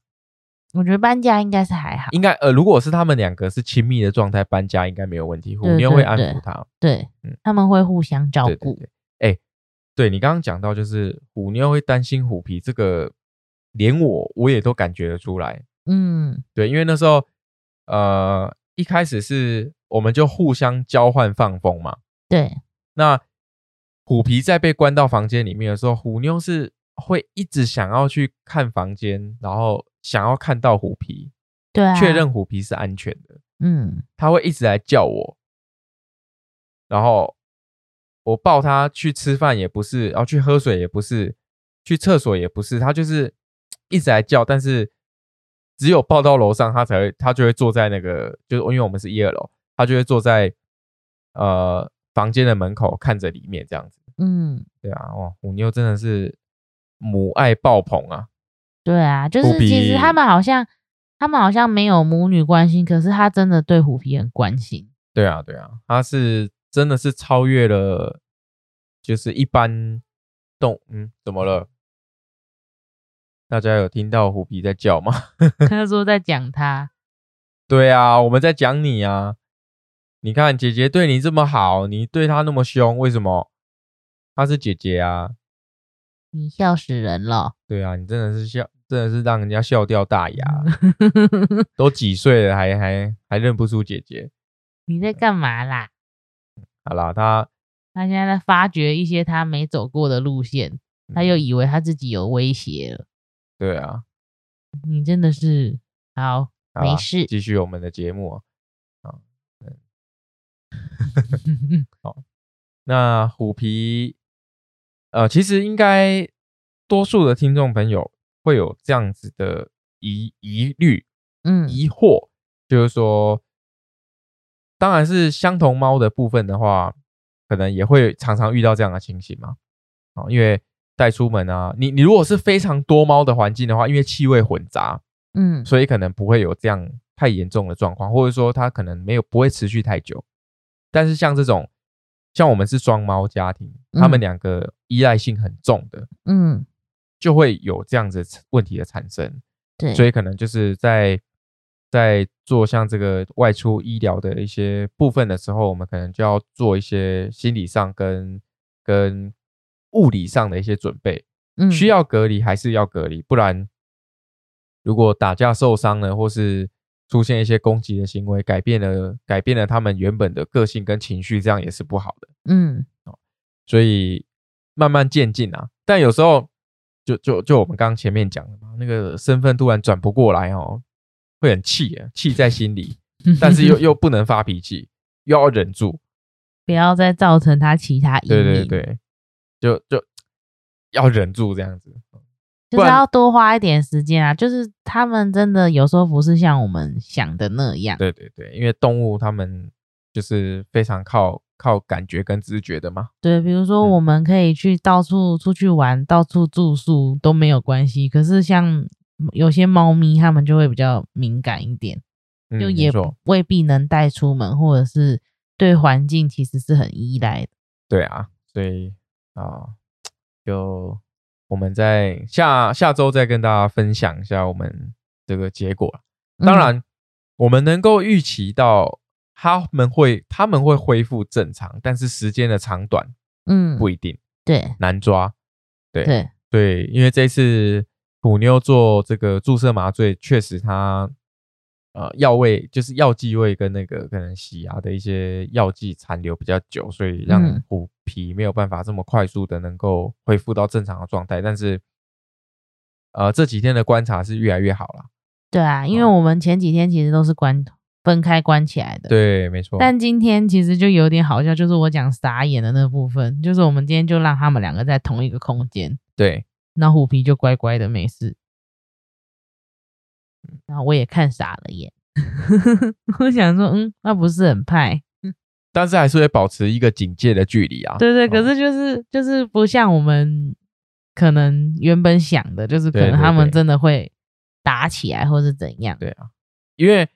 B: 我觉得搬家应该是还好，
A: 应该呃，如果是他们两个是亲密的状态，搬家应该没有问题，虎
B: 对
A: 妞
B: 对
A: 会安
B: 对
A: 抚他。
B: 对、
A: 嗯
B: 他们会互相照
A: 对对
B: 顾。
A: 对，哎、对你刚刚讲到，就是虎妞会担心虎皮这个，连我我也都感觉得出来。
B: 嗯
A: 对，因为那时候呃一开始是我们就互相交换放风嘛。
B: 对，
A: 那虎皮在被关到房间里面的时候，虎妞是会一直想要去看房间，然后想要看到虎皮，
B: 对啊，
A: 确，认虎皮是安全的。
B: 嗯，
A: 他会一直来叫我，然后我抱他去吃饭也不是，然后去喝水也不是，去厕所也不是，他就是一直来叫，但是只有抱到楼上，他才会，他就会坐在那个，就是因为我们是一二楼，他就会坐在呃房间的门口看着里面这样子。
B: 嗯，
A: 对啊，哇，虎妞真的是母爱爆棚啊！
B: 对啊，就
A: 虎
B: 是其实
A: 皮
B: 他们好像他们好像没有母女关心，可是他真的对虎皮很 关心。
A: 对啊，对啊，它是真的是超越了，就是一般动，嗯，怎么了？大家有听到虎皮在叫吗？
B: 他说在讲他，
A: 对啊，我们在讲你啊。你看姐姐对你这么好，你对她那么凶，为什么？她是姐姐啊。
B: 你笑死人了。
A: 对啊，你真的是笑，真的是让人家笑掉大牙。都几岁了，还还还认不出姐姐？
B: 你在干嘛啦？
A: 好啦，她
B: 他现在在发掘一些他没走过的路线，他
A: 嗯
B: 又以为他自己有威胁了。
A: 对啊，
B: 你真的是好，
A: 好啊啦
B: 没事
A: 继续我们的节目啊。那虎皮，呃，其实应该多数的听众朋友会有这样子的疑疑虑、
B: 嗯
A: 疑惑，就是说，当然是相同猫的部分的话，可能也会常常遇到这样的情形嘛。啊、因为带出门啊，你你如果是非常多猫的环境的话，因为气味混杂，
B: 嗯
A: 所以可能不会有这样太严重的状况，或者说它可能没有不会持续太久。但是像这种，像我们是双猫家庭，他们
B: 嗯
A: 两个依赖性很重的，
B: 嗯，
A: 就会有这样子的问题的产生。
B: 对，
A: 所以可能就是在在做像这个外出医疗的一些部分的时候，我们可能就要做一些心理上跟跟物理上的一些准备。
B: 以
A: 需要隔离还是要隔离，不然如果打架受伤了，或是出现一些攻击的行为，改变了改变了他们原本的个性跟情绪，这样也是不好的。
B: 嗯
A: 所以慢慢渐进啊，但有时候就就就我们刚刚前面讲的嘛，那个身份突然转不过来哦，会很气啊，气在心里，
B: 嗯，
A: 但是又又不能发脾气，又要忍住，
B: 不要再造成他其他阴
A: 对
B: 影，
A: 对，对，就就要忍住这样子。
B: 就
A: 不
B: 是
A: 然
B: 要多花一点时间啊。就是他们真的有时候不是像我们想的那样，
A: 对对对，因为动物它们就是非常靠靠感觉跟知觉的嘛。
B: 对，比如说
A: 嗯
B: 我们可以去到处出去玩，到处住宿都没有关系。可是像有些猫咪，它们就会比较敏感一点，
A: 嗯、
B: 就
A: 没
B: 也
A: 错
B: 未必能带出门，或者是对环境其实是很依赖的。
A: 对啊，所以啊，就我们在下下周再跟大家分享一下我们这个结果啦。当
B: 嗯，
A: 然，我们能够预期到它们会它们会恢复正常，但是时间的长短
B: 嗯，
A: 不一定，
B: 对
A: 难抓。对
B: 对，
A: 对，因为这次虎妞做这个注射麻醉，确实它呃药味就是药剂味跟那个可能洗牙的一些药剂残留比较久，所以让
B: 嗯
A: 虎皮没有办法这么快速的能够恢复到正常的状态。但是呃这几天的观察是越来越好了。
B: 对啊，因为
A: 哦
B: 我们前几天其实都是关分开关起来的。。
A: 对，没错。
B: 但今天其实就有点好笑，就是我讲傻眼的那部分，就是我们今天就让他们两个在同一个空间，
A: 对，
B: 那虎皮就乖乖的没事。然后我也看傻了眼， 我想说，嗯，那不是很派，
A: 但是还是会保持一个警戒的距离啊。
B: 对对，可
A: 哦
B: 是就是就是不像我们可能原本想的，就是可
A: 对
B: 能
A: 对
B: 他们
A: 对
B: 真的会打起来或是怎样，
A: 对啊，因为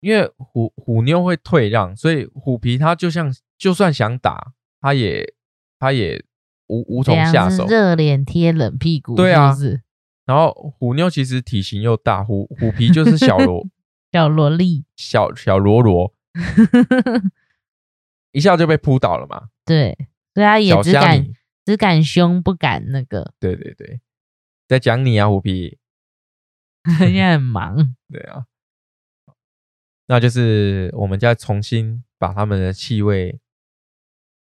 A: 因为虎虎妞会退让，所以虎皮它就像就算想打，它也它也无无
B: 这
A: 从
B: 样
A: 下
B: 是
A: 手。
B: 热脸贴冷屁股，
A: 对啊
B: 是不是
A: 然后虎妞其实体型又大，虎虎皮就是小 罗
B: 叫萝 莉，
A: 小小罗罗，一下就被扑倒了嘛。
B: 对，所以他也
A: 小
B: 只
A: 虾
B: 敢
A: 米，
B: 只敢凶，不敢那 个。
A: 对对对，在讲你啊，虎皮。
B: 他现在很忙，
A: 对啊，那就是我们再重新把他们的气味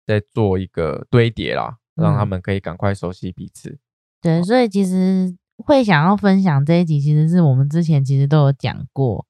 A: 再做一个堆叠啦，让他
B: 嗯
A: 们可以赶快熟悉彼此。
B: 对，所以其实会想要分享这一集，其实是我们之前其实都有讲过，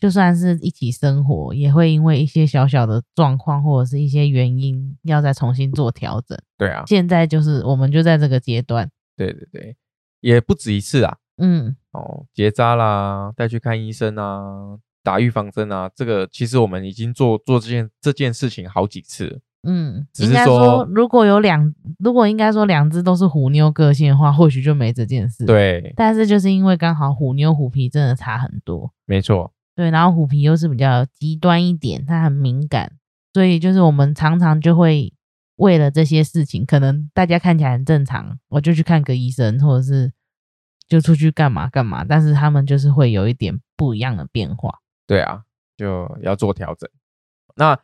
B: 就算是一起生活，也会因为一些小小的状况或者是一些原因，要再重新做调整。
A: 对啊，
B: 现在就是我们就在这个阶段，
A: 对对对，也不止一次啊，
B: 嗯，
A: 哦，结扎啦，带去看医生啊，打预防针啊，这个其实我们已经做做这件这件事情好几次了。
B: 嗯，
A: 只
B: 应
A: 是
B: 该
A: 说
B: 说，如果有两，如果应该说两只都是虎妞个性的话，或许就没这件事。，
A: 对，
B: 但是就是因为刚好虎妞虎皮真的差很多，
A: 没错，
B: 对，然后虎皮又是比较极端一点，它很敏感，所以就是我们常常就会为了这些事情，可能大家看起来很正常，我就去看个医生，或者是就出去干嘛干嘛，但是他们就是会有一点不一样的变化。
A: 对啊，就要做调整。那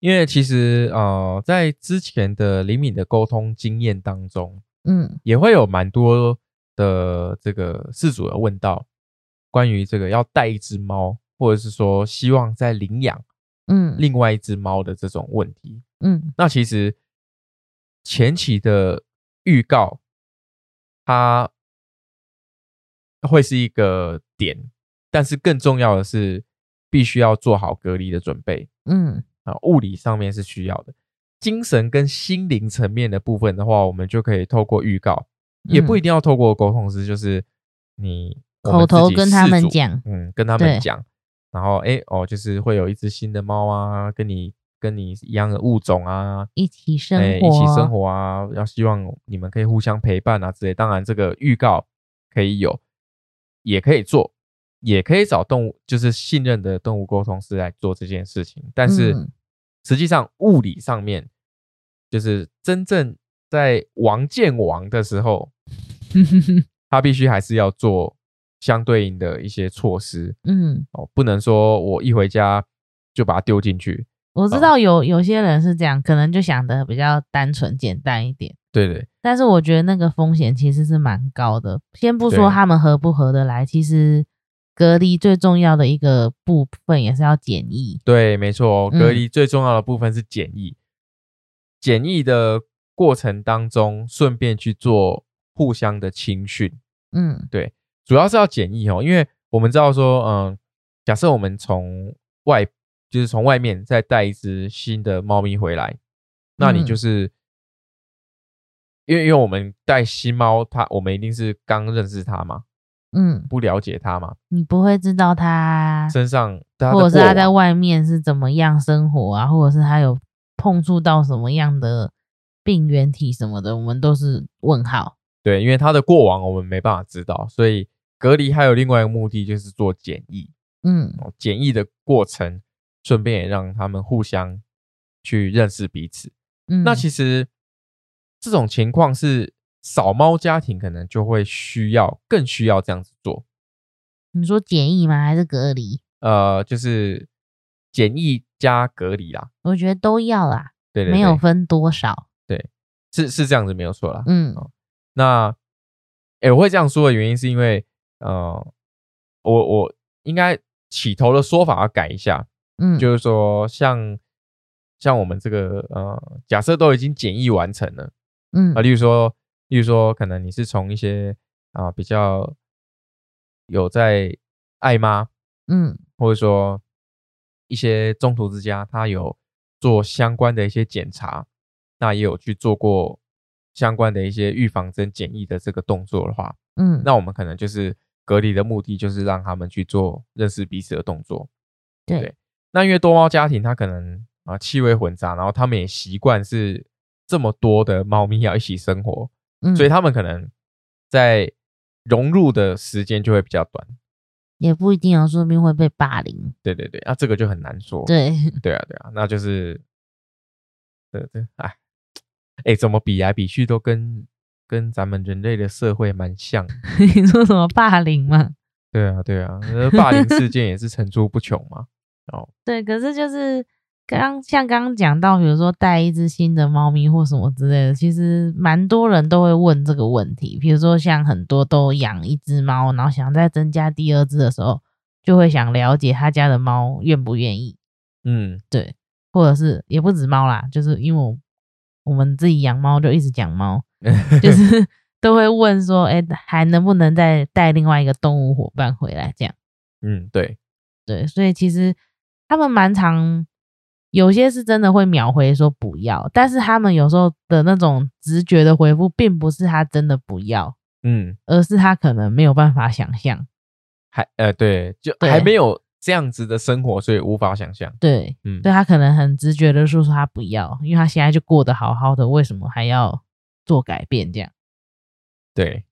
A: 因为其实呃，在之前的灵敏的沟通经验当中，
B: 嗯
A: 也会有蛮多的这个事主有问到关于这个要带一只猫，或者是说希望在领养
B: 嗯
A: 另外一只猫的这种问题。
B: 嗯
A: 那其实前期的预告，它会是一个点，但是更重要的是，必须要做好隔离的准备
B: 嗯
A: 啊，物理上面是需要的。精神跟心灵层面的部分的话，我们就可以透过预告也不一定要透过沟通师，就是你我
B: 嗯口
A: 们自
B: 头
A: 己
B: 跟他
A: 事
B: 们
A: 主
B: 讲
A: 嗯，跟他们
B: 对
A: 讲，然后诶哦，就是会有一只新的猫啊，跟你跟你一样的物种啊，
B: 一起生活，
A: 诶，一起生，活啊，要希望你们可以互相陪伴啊之类。当然，这个预告可以有，也可以做，也可以找动物，就是信任的动物沟通师来做这件事情，但是
B: 嗯
A: 实际上物理上面，就是真正在王见王的时 候，他必须还是要做相对应的一些措施
B: 嗯，
A: 哦，不能说我一回家就把它丢进去。
B: 我知
A: 嗯
B: 道有有些人是这样，可能就想的比较单纯简单一点，
A: 对对，
B: 但是我觉得那个风险其实是蛮高的。先不说
A: 对
B: 他们合不合得来，其实隔离最重要的一个部分也是要检疫。
A: 对，没错、哦，
B: 嗯
A: 隔离最重要的部分是检疫。检疫的过程当中，顺便去做互相的清训，
B: 嗯
A: 主要是要检疫哦，因为我们知道说，嗯，假设我们从外，就是从外面再带一只新的猫咪回来，那你
B: 嗯
A: 就是。因为因为我们带新猫，它我们一定是刚认识它嘛，
B: 嗯，
A: 不了解它嘛，
B: 你不会知道他，
A: 身上它的
B: 或者是他
A: 过
B: 在
A: 往
B: 外面是怎么样生活啊，或者是他有碰触到什么样的病原体什么的，我们都是问号。
A: 对，因为它的过往我们没办法知道，所以隔离还有另外一个目的就是做检疫
B: 嗯
A: 哦，检疫的过程，顺便也让他们互相去认识彼此。
B: 嗯，
A: 那其实这种情况是少猫家庭可能就会需要更需要这样子做，
B: 你说检疫吗？还是隔离？
A: 呃，就是检疫加隔离啦，
B: 我觉得都要啦，
A: 对对对，
B: 没有分多少。
A: 是是这样子没有错啦。
B: 嗯
A: 那，诶，我会这样说的原因是因为，呃，我我应该起头的说法要改一下，
B: 嗯，
A: 就是说像像我们这个呃，假设都已经检疫完成了
B: 嗯
A: 啊、例如说，例如说，可能你是从一些啊、比较有在爱妈，
B: 嗯
A: 或者说一些中途之家，他有做相关的一些检查，那也有去做过相关的一些预防针检疫的这个动作的话，
B: 嗯，
A: 那我们可能就是隔离的目的就是让他们去做认识彼此的动作。
B: 对
A: 对，那因为多猫家庭，它可能啊气味混杂，然后他们也习惯是这么多的猫咪要一起生活，
B: 嗯
A: 所以他们可能在融入的时间就会比较短。
B: 也不一定哦，说不定会被霸凌。
A: 对对对，那、这个就很难说。
B: 对，
A: 对啊，对啊，那就是，对对，哎，哎，怎么比来比去都跟跟咱们人类的社会蛮像的。
B: 你说什么霸凌吗？
A: 对啊，对啊，那霸凌事件也是层出不穷嘛。
B: 对，可是就是刚像刚刚讲到，比如说带一只新的猫咪或什么之类的，其实蛮多人都会问这个问题。比如说像很多都养一只猫，然后想再增加第二只的时候，就会想了解他家的猫愿不愿意。
A: 嗯，
B: 对，或者是也不止猫啦，就是因为我我们自己养猫就一直讲猫，就是 都会问说，哎、还能不能再带另外一个动物伙伴回来？这样
A: 嗯，对，
B: 对，所以其实他们蛮常有些是真的会秒回说不要，但是他们有时候的那种直觉的回复，并不是他真的不要，
A: 嗯，
B: 而是他可能没有办法想象。
A: 还呃，对，就
B: 对
A: 还没有这样子的生活，所以无法想象。
B: 对，
A: 嗯，
B: 对他可能很直觉的说说他不要，因为他现在就过得好好的，为什么还要做改变这样？
A: 对。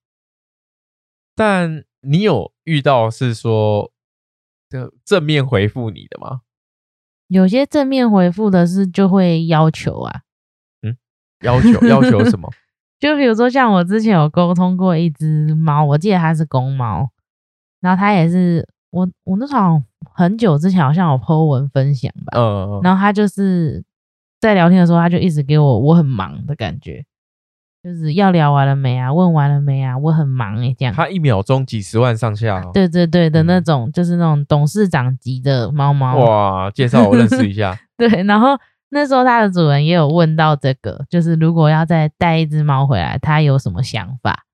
A: 但你有遇到是说的正面回复你的吗？
B: 有些正面回复的是就会要求啊，
A: 要求要求什么？
B: 就比如说像我之前有沟通过一只猫，我记得它是公猫，然后它也是我我那时候好像很久之前好像有 po 文分享吧，
A: 嗯，
B: 然后它就是在聊天的时候，它就一直给我我很忙的感觉，就是要聊完了没啊，问完了没啊，我很忙诶、这样。
A: 他一秒钟几十万上下、哦。
B: 对对对的那
A: 嗯
B: 种，就是那种董事长级的猫猫。
A: 哇，介绍我认识一 下。
B: 对，然后那时候它的主人也有问到这个，就是如果要再带一只猫回来，它有什么想法？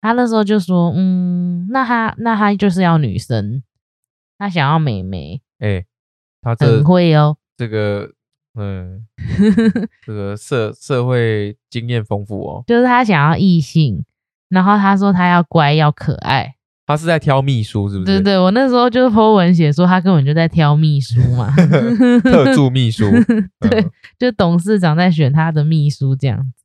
B: 他那时候就说，嗯，那他那他就是要女生，他想要妹妹，
A: 哎、他这
B: 很会哦。
A: 这个，嗯，这个社社会经验丰富哦。
B: 就是他想要异性，然后他说他要乖要可爱。
A: 他是在挑秘书，是不
B: 对
A: 是？
B: 对，我那时候就是 po 文写说他根本就在挑秘书嘛，
A: 特助秘书。
B: 对
A: 嗯，
B: 就董事长在选他的秘书这样子，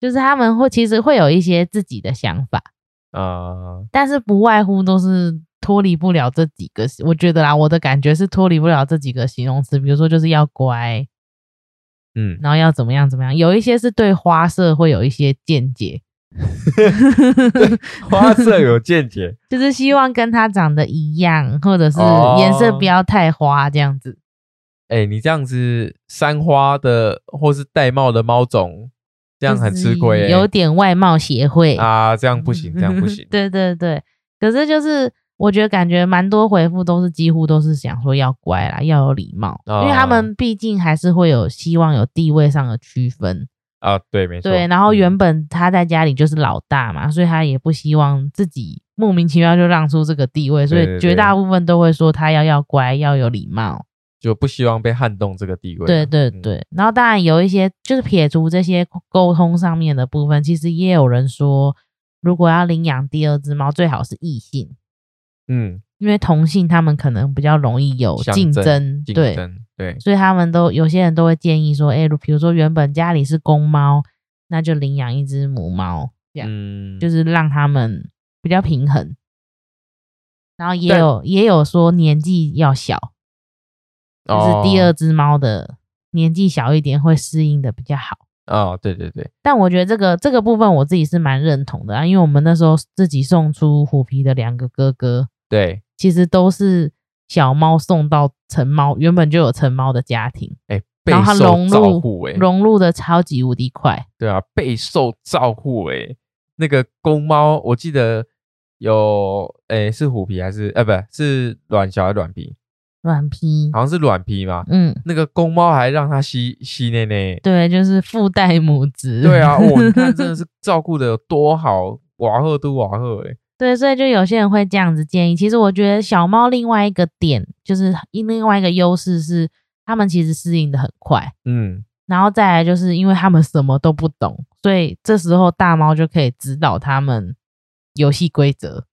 B: 就是他们会其实会有一些自己的想法，
A: 啊、
B: 但是不外乎都是脱离不了这几个，我觉得啦，我的感觉是脱离不了这几个形容词，比如说就是要乖，
A: 嗯，
B: 然后要怎么样怎么样，有一些是对花色会有一些见解，
A: 花色有见解，
B: 就是希望跟他长得一样，或者是
A: 哦
B: 颜色不要太花这样子。
A: 哎、你这样子三花的或是玳瑁的猫种，这样很吃亏、欸，
B: 有点外貌协会，
A: 啊，这样不行，这样不行，
B: 对对对，可是就是我觉得感觉蛮多回复都是几乎都是想说要乖啦，要有礼貌，因为他
A: 哦
B: 们毕竟还是会有希望有地位上的区分。
A: 啊，对，没错，
B: 对，然后
A: 嗯
B: 原本他在家里就是老大嘛，所以他也不希望自己莫名其妙就让出这个地位，所
A: 对
B: 以
A: 对
B: 绝
A: 对
B: 大部分都会说他要要乖，要有礼貌。
A: 就不希望被撼动这个地位啊，
B: 对对
A: 嗯，
B: 对，然后当然有一些就是撇除这些沟通上面的部分，其实也有人说，如果要领养第二只猫，最好是异性，
A: 嗯，
B: 因为同性他们可能比较容易有
A: 相
B: 竞
A: 争
B: 争，
A: 竞
B: 对，
A: 争，对，
B: 所以他们都有些人都会建议说，哎，比如说原本家里是公猫，那就领养一只母猫，这样、
A: 嗯，
B: 就是是让他们比较平衡。然后也
A: 但
B: 有也有说年纪要小，就是第二只猫的年纪小一点会适应的比较好。
A: 哦，对对对，
B: 但我觉得这个这个部分我自己是蛮认同的啊，因为我们那时候自己送出虎皮的两个哥哥，
A: 对，
B: 其实都是小猫送到成猫，原本就有成猫的家庭，
A: 哎、备
B: 然后它
A: 受
B: 融
A: 照顾、
B: 入
A: 欸，
B: 融入的超级无敌快，
A: 对啊，备受照顾诶、那个公猫，我记得有诶、是虎皮还是呃不是卵小还是卵皮？
B: 软皮，
A: 好像是卵皮嘛。
B: 嗯，
A: 那个公猫还让它吸吸内内。
B: 对，就是父代母职，
A: 对 啊，哇，你看真的是照顾的有多好，瓦赫都瓦赫哎诶、
B: 对，所以就有些人会这样子建议。其实我觉得小猫另外一个点就是另外一个优势是，它们其实适应的很快。
A: 嗯，
B: 然后再来就是因为他们什么都不懂，所以这时候大猫就可以指导他们游戏规则。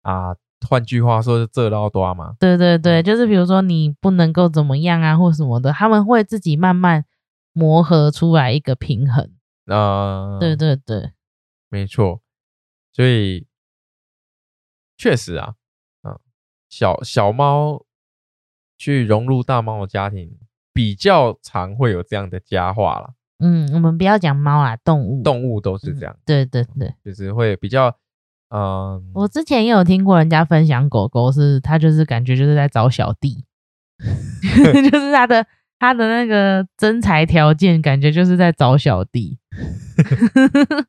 A: 啊，换句话说是这捞多嘛。
B: 对对
A: 嗯
B: 对，就是比如说你不能够怎么样啊，或什么的，他们会自己慢慢磨合出来一个平衡。
A: 呃，
B: 对，对对，
A: 没错。所以确实啊，嗯，小小猫去融入大猫的家庭，比较常会有这样的佳话啦。
B: 嗯，我们不要讲猫啦，动物，
A: 动物都是这样，
B: 对对对，
A: 就是会比较，嗯，
B: 我之前也有听过人家分享狗狗是，它就是感觉就是在找小弟， 就是它的它的那个身材条件，感觉就是在找小弟。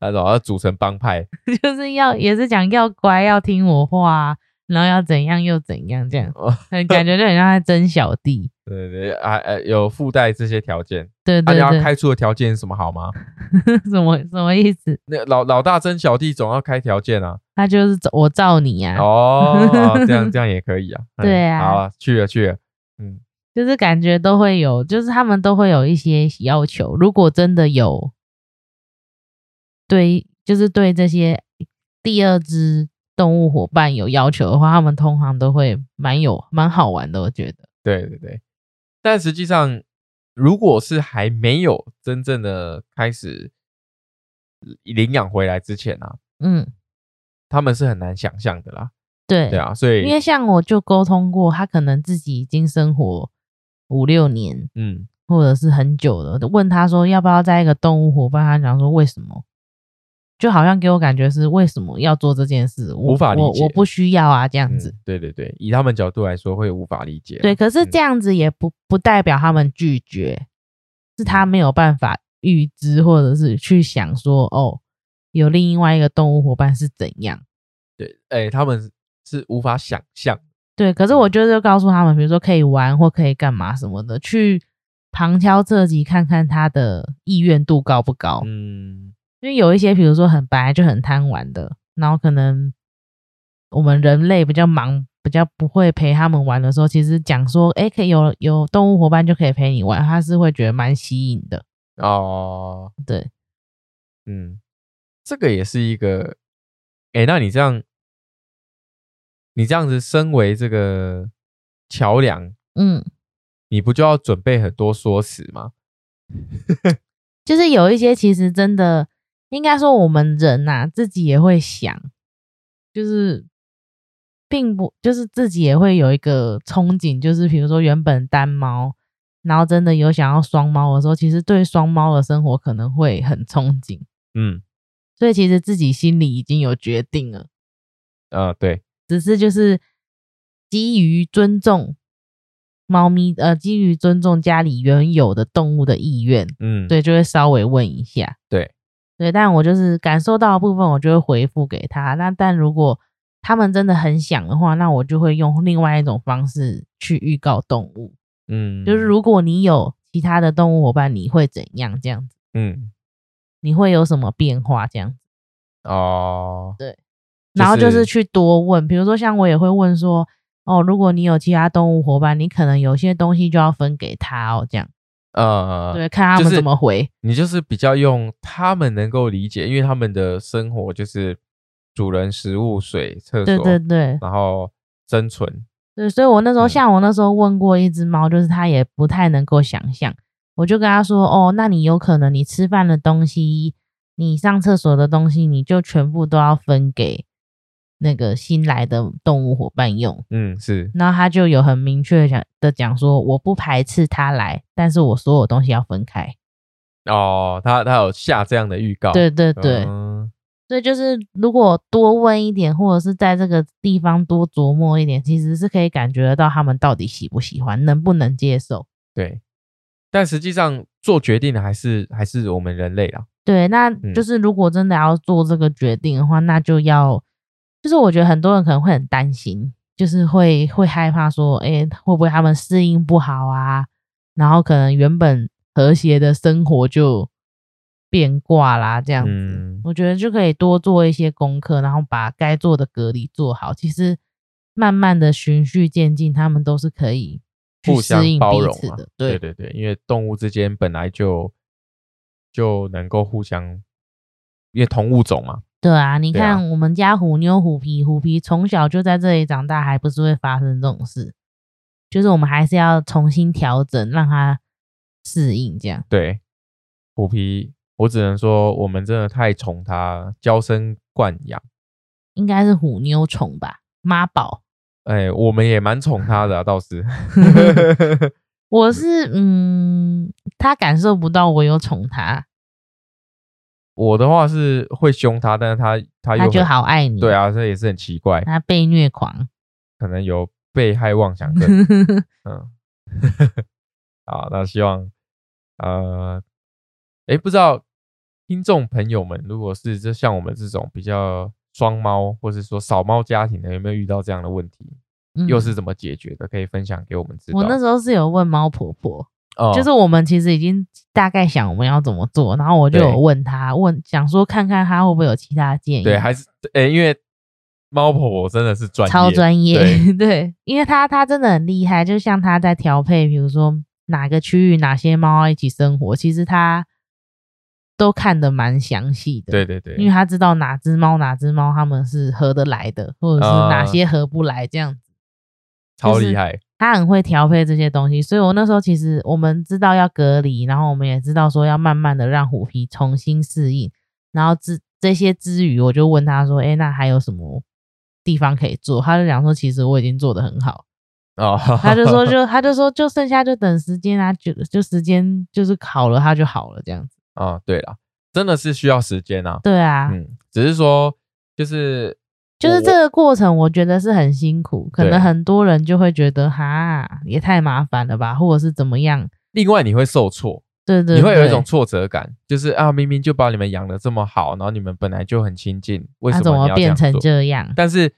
A: 那种要组成帮派，
B: 就是要也是讲要乖，要听我话啊、然后要怎样又怎样，这样
A: 哦
B: 很感觉就很像在争小弟。
A: 对对对啊，呃，有附带这些条件。
B: 对
A: 大
B: 对
A: 家
B: 对，
A: 开出的条件是什么好吗？
B: 什么什么意思？
A: 那老老大争小弟，总要开条件 啊。
B: 他就是走我罩你啊，
A: 哦，啊这样这样也可以啊。嗯
B: 对啊
A: 好啊，去了去了，嗯，
B: 就是感觉都会有，就是他们都会有一些要求。如果真的有对，就是对这些第二只动物伙伴有要求的话，他们通常都会蛮有蛮好玩的，我觉得。
A: 对对对，但实际上，如果是还没有真正的开始领养回来之前啊，
B: 嗯，
A: 他们是很难想象的啦。
B: 对
A: 对啊，所
B: 因为
A: 以
B: 像我就沟通过，他可能自己已经生活五六年
A: 嗯，
B: 或者是很久了，问他说要不要在一个动物伙伴，他讲说为什么，就好像给我感觉是为什么要做这件事，我
A: 无法理
B: 我
A: 解
B: 我不需要啊这样
A: 嗯
B: 子。
A: 对对对，以他们角度来说会无法理解。
B: 对，可是
A: 嗯
B: 这样子也不不代表他们拒绝，是他没有办法预知或者是去想说哦，有另外一个动物伙伴是怎样。
A: 对，哎，他们是无法想象。
B: 对，可是
A: 嗯
B: 我就是告诉他们，比如说可以玩或可以干嘛什么的，去旁敲侧击看看他的意愿度高不高。
A: 嗯，
B: 因为有一些，比如说很本来就很贪玩的，然后可能我们人类比较忙，比较不会陪他们玩的时候，其实讲说，哎，可以有有动物伙伴就可以陪你玩，他是会觉得蛮吸引的。
A: 哦，
B: 对，
A: 嗯，这个也是一个，哎，那你这样，你这样子，身为这个桥梁，
B: 嗯，
A: 你不就要准备很多说辞吗？
B: 就是有一些其实真的，应该说我们人呐、自己也会想，就是并不就是自己也会有一个憧憬，就是比如说原本单猫，然后真的有想要双猫的时候，其实对双猫的生活可能会很憧憬，
A: 嗯，
B: 所以其实自己心里已经有决定了，
A: 呃，对，
B: 只是就是基于尊重猫咪，呃，基于尊重家里原有的动物的意愿，
A: 嗯，，
B: 对，就会稍微问一下。
A: 对，
B: 对，但我就是感受到的部分，我就会回复给他。那但如果他们真的很想的话，那我就会用另外一种方式去预告动物，
A: 嗯，
B: 就是，如果你有其他的动物伙伴，你会怎样？这样子，
A: 嗯，
B: 你会有什么变化？这样子，
A: 哦，
B: 对，然后就是
A: 是
B: 去多问，比如说像我也会问说，哦，如果你有其他动物伙伴，你可能有些东西就要分给他哦，这样，
A: 呃，
B: 对，看他
A: 就
B: 们
A: 是
B: 怎么回。
A: 你就是比较用他们能够理解，因为他们的生活就是主人、食物、水、厕所，
B: 对对对，
A: 然后生存，
B: 对，所以我那时候
A: 嗯
B: 像我那时候问过一只猫，就是它也不太能够想象，我就跟它说，哦，那你有可能你吃饭的东西，你上厕所的东西，你就全部都要分给那个新来的动物伙伴用。
A: 嗯，是，
B: 然后它就有很明确讲的讲说，我不排斥它来，但是我所有东西要分开。
A: 哦，他他有下这样的预告，
B: 对对对，
A: 嗯
B: 所以就是如果多问一点，或者是在这个地方多琢磨一点，其实是可以感觉得到他们到底喜不喜欢，能不能接受。
A: 对，但实际上做决定的还是还是我们人类啦，
B: 对，那
A: 嗯
B: 就是如果真的要做这个决定的话，那就要，就是我觉得很多人可能会很担心，就是会会害怕说，哎、会不会他们适应不好啊？然后可能原本和谐的生活就变卦啦，这样子。
A: 嗯
B: 我觉得就可以多做一些功课，然后把该做的隔离做好。其实慢慢的循序渐进，他们都是可以去
A: 互相
B: 适应
A: 包
B: 彼
A: 容
B: 此
A: 嘛
B: 的。
A: 对对对，因为动物之间本来就就能够互相，因为同物种嘛，
B: 对啊，你
A: 对啊
B: 看我们家虎妞虎皮，虎皮从小就在这里长大，还不是会发生这种事？就是我们还是要重新调整，让它适应这样。
A: 对，虎皮，我只能说我们真的太宠它，娇生惯养。
B: 应该是虎妞宠吧，妈宝。
A: 哎，我们也蛮宠它的啊、倒 是。
B: 我是嗯，他感受不到我有宠他，
A: 我的话是会凶它，但是它它又
B: 他就
A: 很
B: 好嗯爱你。
A: 对，啊，这也是很奇怪，
B: 他被虐狂。
A: 可能有被害妄想 症。嗯， 好，那希望呃，诶，不知道听众朋友们，如果是就像我们这种比较双猫或是说少猫家庭的，有没有遇到这样的问题？
B: 嗯
A: 又是怎么解决的？可以分享给我们知道。
B: 我那时候是有问猫婆婆，
A: 哦
B: 就是我们其实已经大概想我们要怎么做，然后我就有
A: 对
B: 问他，问想说看看他会不会有其他建议，
A: 对，还是诶，因为猫婆婆真的是专业，
B: 超专业，
A: 对
B: 因为他他真的很厉害，就像他在调配，比如说哪个区域哪些猫要一起生活，其实他都看得蛮详细的，
A: 对对
B: 因为
A: 对，
B: 他知道哪只猫哪只猫它们是合得来的，或者是哪
A: 啊
B: 些合不来这样子。
A: 超
B: 就是
A: 厉害。
B: 他很会调配这些东西，所以我那时候其实我们知道要隔离，然后我们也知道说要慢慢的让虎皮重新适应，然后之这些之余，我就问他说：“哎，那还有什么地方可以做？”他就讲说：“其实我已经做得很好。
A: 哦，”
B: 他 就说：“就他就说就剩下就等时间啊，就就时间就是好了，它就好了这样子。
A: 啊、对了，真的是需要时间啊”。
B: 对啊，
A: 嗯，只是说就是
B: 就是
A: 我
B: 这个过程，我觉得是很辛苦，可
A: 对
B: 能很多人就会觉得哈也太麻烦了吧，或者是怎么样。
A: 另外你会受挫，
B: 对对对，
A: 你会有一种挫折感，就是啊，明明就把你们养的这么好，然后你们本来就很亲近，为
B: 那
A: 什
B: 啊怎
A: 么
B: 么
A: 你要这
B: 变
A: 样
B: 成
A: 做？
B: 这样？
A: 但是，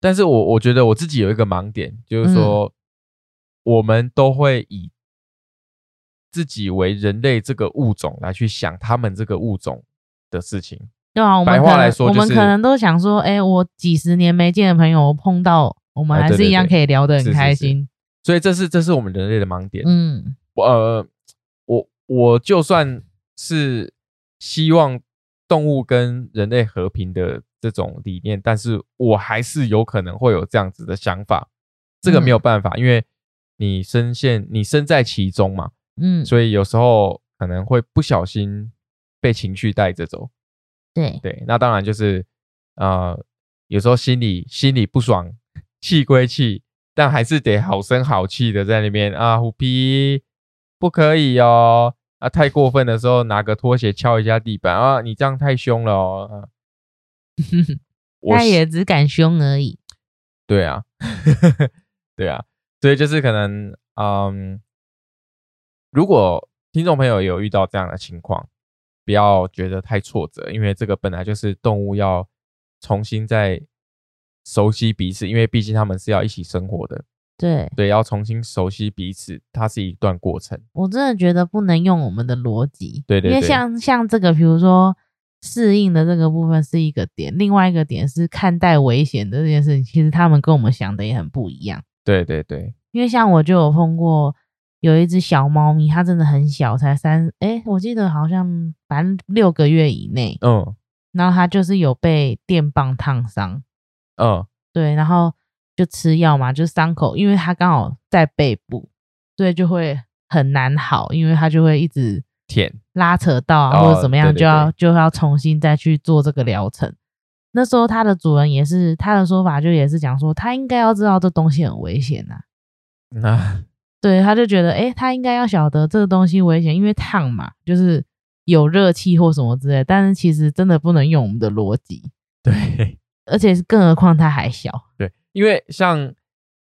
A: 但是我我觉得我自己有一个盲点，就是说、我们都会以自己为人类这个物种来去想他们这个物种的事情。
B: 对啊，我们
A: 白
B: 可
A: 话
B: 能
A: 来说
B: 我
A: 就
B: 们可
A: 是
B: 能都想说，哎、我几十年没见的朋友，我碰到我们
A: 哎
B: 还
A: 对
B: 是一
A: 对
B: 样
A: 对
B: 可以聊得很
A: 是是
B: 开
A: 是
B: 心。
A: 所以这是这是我们人类的盲点。
B: 嗯，
A: 我呃，我我就算是希望动物跟人类和平的这种理念，但是我还是有可能会有这样子的想法，这个没有办法，因为你深陷你身在其中嘛，
B: 嗯，
A: 所以有时候可能会不小心被情绪带着走。
B: 对，
A: 对，那当然就是呃，有时候心里心里不爽，气归气，但还是得好声好气的在那边啊，虎皮不可以哦，啊，太过分的时候拿个拖鞋敲一下地板啊，你这样太凶了哦。啊、我
B: 他
A: 是
B: 也只敢凶而已。
A: 对啊， 对啊，所以就是可能，嗯，如果听众朋友有遇到这样的情况，不要觉得太挫折，因为这个本来就是动物要重新再熟悉彼此，因为毕竟他们是要一起生活的，
B: 对
A: 对，要重新熟悉彼此，它是一段过程。
B: 我真的觉得不能用我们的逻辑，
A: 对对
B: 因为
A: 对
B: 像像这个，比如说适应的这个部分是一个点，另外一个点是看待危险的这件事情，其实他们跟我们想的也很不一样。
A: 对对对，
B: 因为像我就有碰过有一只小猫咪，它真的很小，才三诶，我记得好像反正六个月以内，
A: 嗯
B: 然后它就是有被电棒烫伤，
A: 嗯
B: 对，然后就吃药嘛，就伤口，因为它刚好在背部，所以就会很难好，因为它就会一直
A: 舔，
B: 拉扯到啊，
A: 哦
B: 或者怎么样，
A: 对对
B: 就要就要重新再去做这个疗程。那时候它的主人也是他的说法，就也是讲说，他应该要知道这东西很危险呐、啊
A: 那、
B: 对，他就觉得，诶，他应该要晓得这个东西危险，因为烫嘛，就是有热气或什么之类。但是其实真的不能用我们的逻辑，
A: 对。
B: 而且是更何况他还小。
A: 对，因为像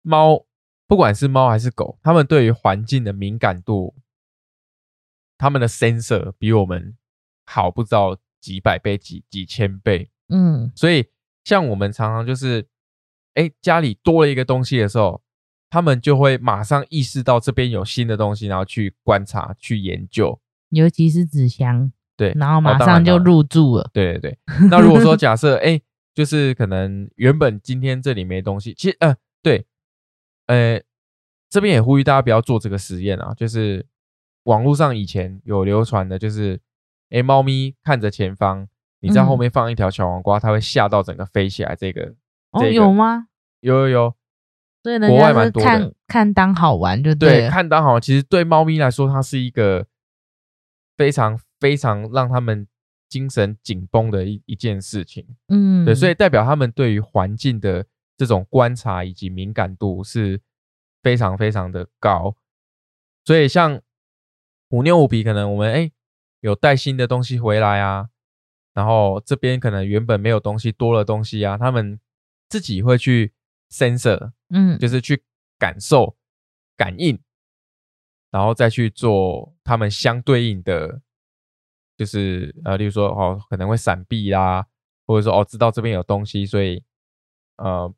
A: 猫，不管是猫还是狗，它们对于环境的敏感度，它们的 sensor 比我们好不知道几百倍、几几千倍。
B: 嗯，
A: 所以，像我们常常就是，哎，家里多了一个东西的时候，它们就会马上意识到这边有新的东西，然后去观察、去研究。
B: 尤其是纸箱，
A: 对，
B: 然后马
A: 哦当然
B: 上就
A: 当然
B: 入住了。
A: 对对对。那如果说假设，哎、就是可能原本今天这里没东西，其实呃，对，呃，这边也呼吁大家不要做这个实验啊，就是网络上以前有流传的，就是哎，诶猫咪看着前方，你在后
B: 嗯
A: 面放一条小黄瓜，它会吓到整个飞起来。这个
B: 哦，
A: 这个
B: 有吗？
A: 有有有，
B: 所以人
A: 国外
B: 家
A: 蛮
B: 是
A: 多的
B: 看看当好玩就
A: 对，
B: 了。
A: 看到好，其实对猫咪来说，它是一个非常非常让它们精神紧绷的一一件事情。
B: 嗯，
A: 对，所以代表他们对于环境的这种观察以及敏感度是非常非常的高。所以像虎妞虎皮，可能我们哎、诶有带新的东西回来啊，然后这边可能原本没有东西多了东西啊，他们自己会去 sensor，
B: 嗯，
A: 就是去感受、感应，然后再去做他们相对应的，就是呃，例如说哦，可能会闪避啦，或者说哦，知道这边有东西，所以呃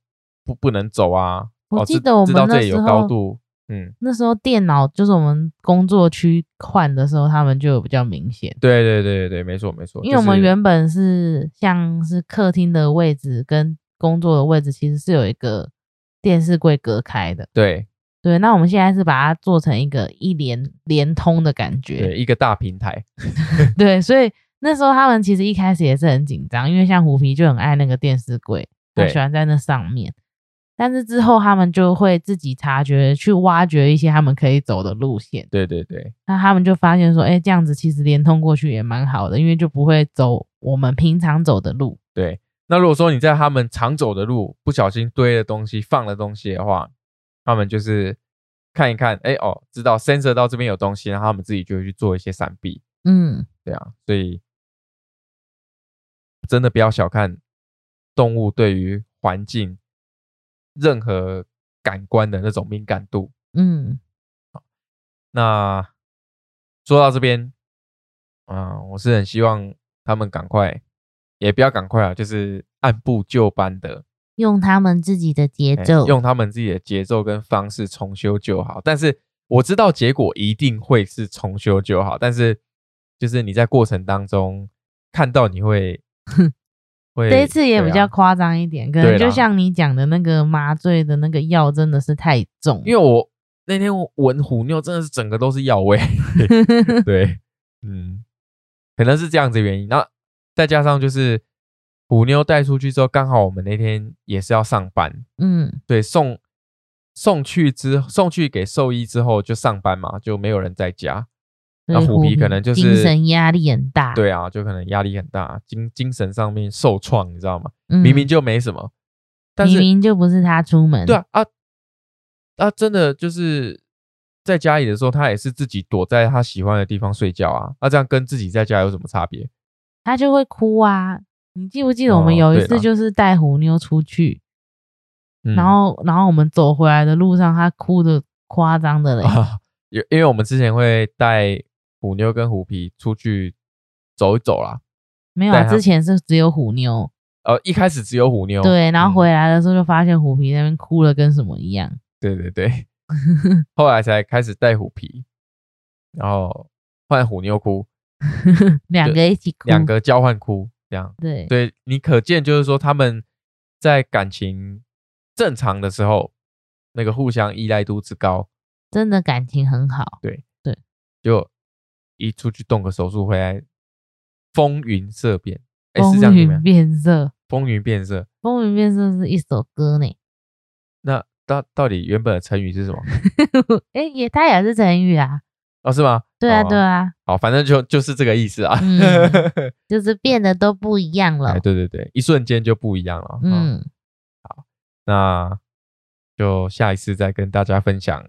A: 不不能走啊。
B: 我
A: 哦
B: 记
A: 知
B: 得我
A: 知
B: 们
A: 道
B: 那
A: 这里有
B: 时
A: 高
B: 候
A: 度，嗯，
B: 那时候电脑就是我们工作区换的时候，他们就有比较明显。
A: 对对对对对，没错没错，
B: 因
A: 哦就
B: 为我们
A: 是
B: 原本是像是客厅的位置跟工作的位置，其实是有一个电视柜隔开的。
A: 对
B: 对，那我们现在是把它做成一个一连连通的感觉。
A: 对一个大平台，
B: 对，所以那时候他们其实一开始也是很紧张，因为像虎皮就很爱那个电视柜，他
A: 对
B: 喜欢在那上面。但是之后他们就会自己察觉，去挖掘一些他们可以走的路线。
A: 对对对
B: 那他们就发现说，哎、这样子其实连通过去也蛮好的，因为就不会走我们平常走的路。
A: 对。那如果说你在他们常走的路不小心堆了东西、放了东西的话，他们就是看一看，哎哦，知道 sensor 到这边有东西，然后他们自己就会去做一些闪避，
B: 嗯，
A: 对啊，所以真的不要小看动物对于环境任何感官的那种敏感度。
B: 嗯，
A: 那说到这边，啊、我是很希望他们赶快，也不要赶快啊，就是按部就班的，
B: 用他们自己的节
A: 哎
B: 奏，
A: 用他们自己的节奏跟方式重修就好。但是我知道结果一定会是重修就好，但是就是你在过程当中看到你 会会
B: 这一次也
A: 对
B: 比
A: 啊
B: 较夸张一点，可
A: 对
B: 能
A: 啦
B: 就像你讲的那个麻醉的那个药真的是太重，
A: 因为我那天我闻虎妞真的是整个都是药 味，对，嗯，可能是这样子的原因。那再加上就是虎妞带出去之后，刚好我们那天也是要上班，
B: 嗯
A: 对，送送去之送去给兽医之后就上班嘛，就没有人在家。那
B: 所以
A: 虎皮可能就是
B: 嗯精神压力很大，，
A: 对啊，就可能压力很大，精精神上面受创，你知道吗？
B: 嗯
A: 明明就没什么，但
B: 明
A: 是
B: 明就不是他出门，
A: 对啊啊啊，真的就是在家里的时候，他也是自己躲在他喜欢的地方睡觉啊。那、这样跟自己在家有什么差别？
B: 他就会哭啊。你记不记得我们
A: 哦
B: 有一
A: 对
B: 次
A: 啦
B: 就是带虎妞出去，
A: 嗯
B: 然后然后我们走回来的路上，他哭的夸张的嘞，
A: 啊， 因因为我们之前会带虎妞跟虎皮出去走一走啦。
B: 没有啊，
A: 带他
B: 之前是只有虎妞，
A: 呃，一开始只有虎妞，
B: 对，然
A: 嗯
B: 后回来的时候就发现虎皮那边哭了跟什么一样，
A: 对对对， 后来才开始带虎皮，然后换虎妞哭，
B: 两个一起哭，
A: 两个交换哭，这样。
B: 对
A: 对你可见就是说他们在感情正常的时候，那个互相依赖度之高，
B: 真的感情很好，
A: 就一出去动个手术回来，风云色变，哎，是这样
B: 风
A: 子
B: 云
A: 吗？
B: 变色，
A: 风云变色，
B: 风云变色是一首歌呢，
A: 那到到底原本的成语是什么？
B: 哎、也它也是成语啊，
A: 哦，是吗？
B: 对啊
A: 哦
B: 对，啊，
A: 好，反正就就是这个意思啊。
B: 嗯就是变得都不一样了
A: 哎，，对对对，一瞬间就不一样了。嗯，
B: 嗯，
A: 那就下一次再跟大家分享，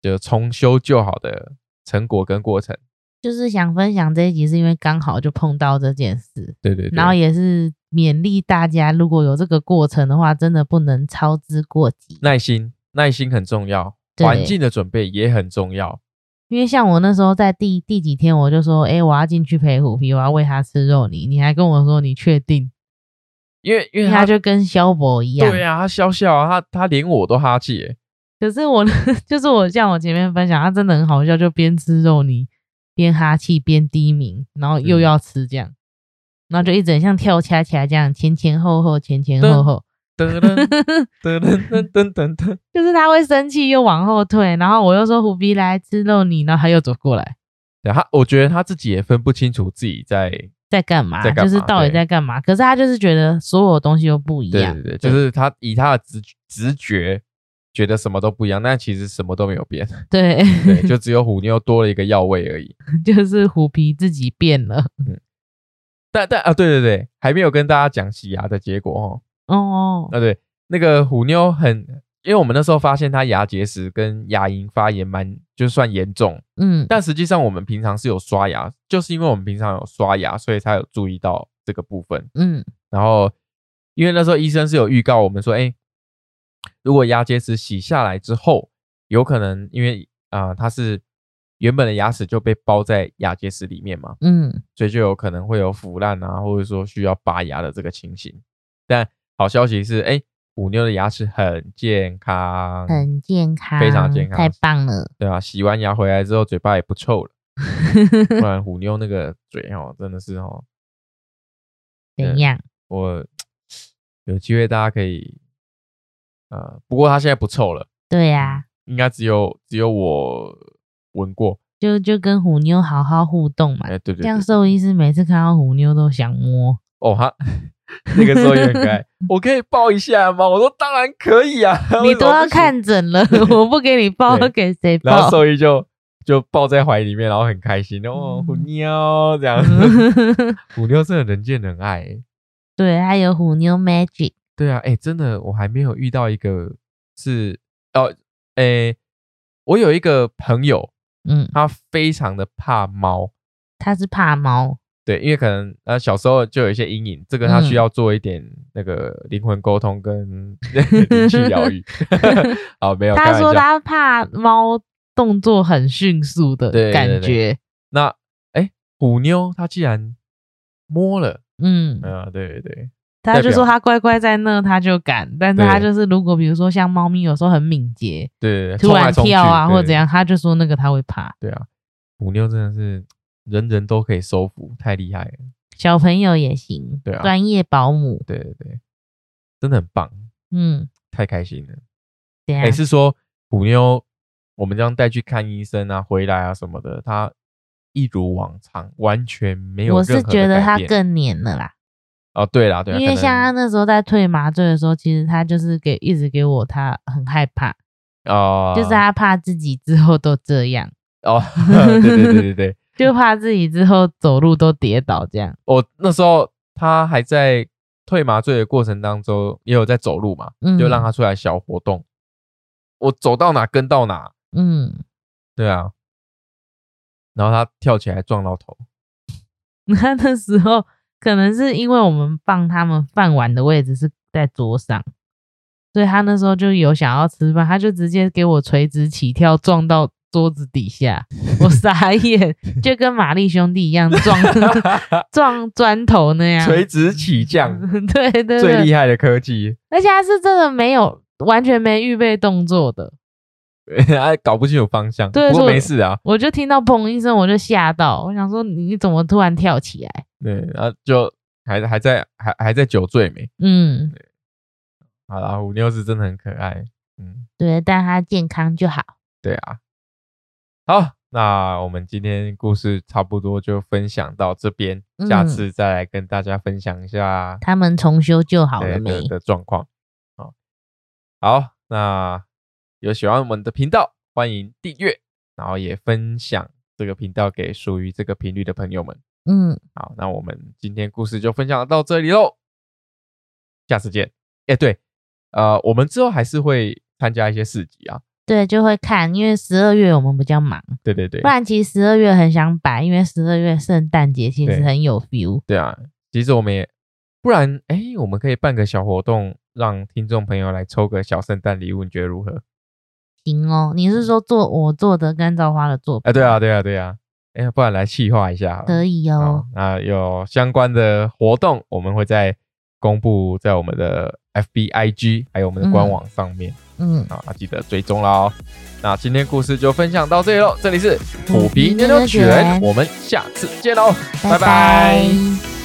A: 就重修旧好的成果跟过程。
B: 就是想分享这一集是因为刚好就碰到这件事，
A: 对对对，
B: 然后也是勉励大家，如果有这个过程的话，真的不能操之过急，
A: 耐心，耐心很重要，
B: 对
A: 环境的准备也很重要。
B: 因为像我那时候在第第几天，我就说，哎、我要进去陪虎皮，我要喂它吃肉泥。你还跟我说你确定？
A: 因为因
B: 因
A: 为
B: 为
A: 他
B: 它就跟肖博一样。
A: 对啊，他笑笑啊，他他连我都哈气耶，
B: 可是我 就是我像我前面分享，它真的很好笑，就边吃肉泥边哈气边低鸣，然后
A: 嗯
B: 又要吃这样，然后就一整像跳恰恰这样前前后后前前后后，
A: 噔 噔噔噔噔噔噔噔，
B: 就是它会生气又往后退，然后我又说虎皮来吃肉泥，然后它又走过来。
A: 对他，我觉得他自己也分不清楚自己在，
B: 在干嘛？
A: 在干
B: 就是
A: 嘛
B: 到底
A: 对
B: 在干嘛？可是他就是觉得所有东西都不一
A: 对
B: 样
A: 对，对，就是他以他的直直觉觉得什么都不一样，但其实什么都没有变，
B: 对，
A: 对，就只有虎妞多了一个药味而已。
B: 就是虎皮自己变了。
A: 但但啊，对对对，还没有跟大家讲洗牙的结果哦。
B: 哦，
A: 啊，对，那个虎妞很，因为我们那时候发现她牙结石跟牙龈发炎蛮，就算严重，
B: 嗯，
A: 但实际上我们平常是有刷牙，就是因为我们平常有刷牙，所以才有注意到这个部分。
B: 嗯，
A: 然后，因为那时候医生是有预告我们说，哎，如果牙结石洗下来之后，有可能因为啊、呃它是原本的牙齿就被包在牙结石里面嘛，
B: 嗯，
A: 所以就有可能会有腐烂啊，或者说需要拔牙的这个情形。但好消息是，哎，虎妞的牙齿很健康，
B: 很健康，
A: 非常健康
B: 太棒了。
A: 对啊，洗完牙回来之后，嘴巴也不臭 了。不然虎妞那个嘴哦，真的是哦，
B: 怎样？
A: 我有机会大家可以，呃，不过它现在不臭了，
B: 对啊呀、
A: 应该只有只有我闻过。
B: 就就跟虎妞好好互动嘛
A: 哎、。对对
B: 这
A: 对
B: 样，兽医师每次看到虎妞都想摸，
A: 哦 哈，那个时候也很可爱，我可以抱一下吗？我说当然可以啊，为
B: 你
A: 什
B: 都
A: 么
B: 要
A: 不行
B: 看诊 了，我不给你抱，
A: 对
B: 给谁
A: 然后
B: 抱？
A: 兽医就就抱在怀里面，然后很开心哦，
B: 嗯
A: 虎妞这样。 虎妞真的人见人爱欸，
B: 对，还有虎妞 magic，
A: 对啊，哎、真的我还没有遇到一个是哦，哎、我有一个朋友，
B: 嗯，
A: 他非常的怕猫，
B: 它是怕猫，
A: 对，因为可能呃小时候就有一些阴影，这个他需
B: 嗯
A: 要做一点那个灵魂沟通跟 灵气疗 愈。好，没有开
B: 他
A: 玩
B: 说
A: 笑。
B: 他怕猫动作很迅速的
A: 对对
B: 感觉，
A: 对那哎、虎妞她竟然摸了，
B: 嗯，
A: 啊，对对对。
B: 他
A: 代
B: 就
A: 表
B: 说他乖乖在那，他就敢。但是
A: 对
B: 他就是如果比如说像猫咪有时候很敏捷，
A: 对，
B: 突
A: 冲来
B: 然
A: 冲去
B: 跳啊或
A: 对
B: 怎样，他就说那个他会怕。
A: 对啊，虎妞真的是人人都可以收服，太厉害了。
B: 小朋友也行，
A: 对啊
B: 专业保姆，
A: 对对对，真的很棒，
B: 嗯，
A: 太开心了。
B: 对啊
A: 哎、，是说虎妞，我们这样带去看医生啊，回来啊什么的，她一如往常，完全没有
B: 我
A: 任
B: 是
A: 何的
B: 觉得
A: 改
B: 他
A: 变
B: 更黏了啦，
A: 哦，对啦对啦，
B: 因
A: 可
B: 为像他
A: 能
B: 那时候在退麻醉的时候，其实他就是给一直给我他很害怕，
A: 哦，
B: 就是他怕自己之后都这样，
A: 哦，对对对对对，
B: 就怕自己之后走路都跌倒这样。
A: 我那时候她还在退麻醉的过程当中，也有在走路嘛，
B: 嗯
A: 就让他出来小活动。我走到哪跟到哪，
B: 嗯，
A: 对啊。然后他跳起来撞到 头，
B: 那那时候可能是因为我们放他们饭碗的位置是在桌上，所以他那时候就有想要吃饭，他就直接给我垂直起跳撞到桌子底下，我 傻眼，就跟玛丽兄弟一样撞 撞砖头那样，
A: 垂直起降，
B: 对对对，
A: 最厉害的科技，
B: 而且他是真的没有完全没预备动作的，
A: 他哎搞不清楚方向。
B: 对
A: 不过
B: 所以
A: 没事啊，
B: 我就听到砰一声，我就吓到，我想说你你怎么突然跳起来？
A: 对，然后就还还在还还在酒醉没？
B: 嗯，
A: 好啦，虎妞是真的很可爱，嗯，
B: 对，但他健康就好。
A: 对啊。好，那我们今天故事差不多就分享到这边，下
B: 嗯
A: 次再来跟大家分享一下啊
B: 他们重修就好
A: 对
B: 了
A: 的
B: 没？
A: 的状况。好，好，那有喜欢我们的频道，欢迎订阅，然后也分享这个频道给属于这个频率的朋友们。
B: 嗯，
A: 好，那我们今天故事就分享到这里喽，下次见。哎，对，呃，我们之后还是会参加一些市集啊，
B: 对，就会看，因为十二月我们比较忙，
A: 对对对
B: 不，然其实十二月很想摆，因为十二月圣诞节其实
A: 对
B: 很有 feel。
A: 对啊，其实我们也，不然，哎，我们可以办个小活动，让听众朋友来抽个小圣诞礼物，你觉得如何？
B: 行哦，你是说做我做的干燥花的作品？
A: 哎，对啊，，对啊，对啊，哎，不然来细化一下好了，
B: 可以
A: 好
B: 哦。，
A: 那有相关的活动，我们会在公布在我们的 FBIG 还有我们的官
B: 嗯
A: 网上面。
B: 嗯，
A: 啊，记得追踪啦哦。那今天故事就分享到这里喽，这里是虎皮妞妞
B: 虎皮妞妞
A: 犬，
B: 犬
A: 我们下次见喽，拜拜
B: 拜拜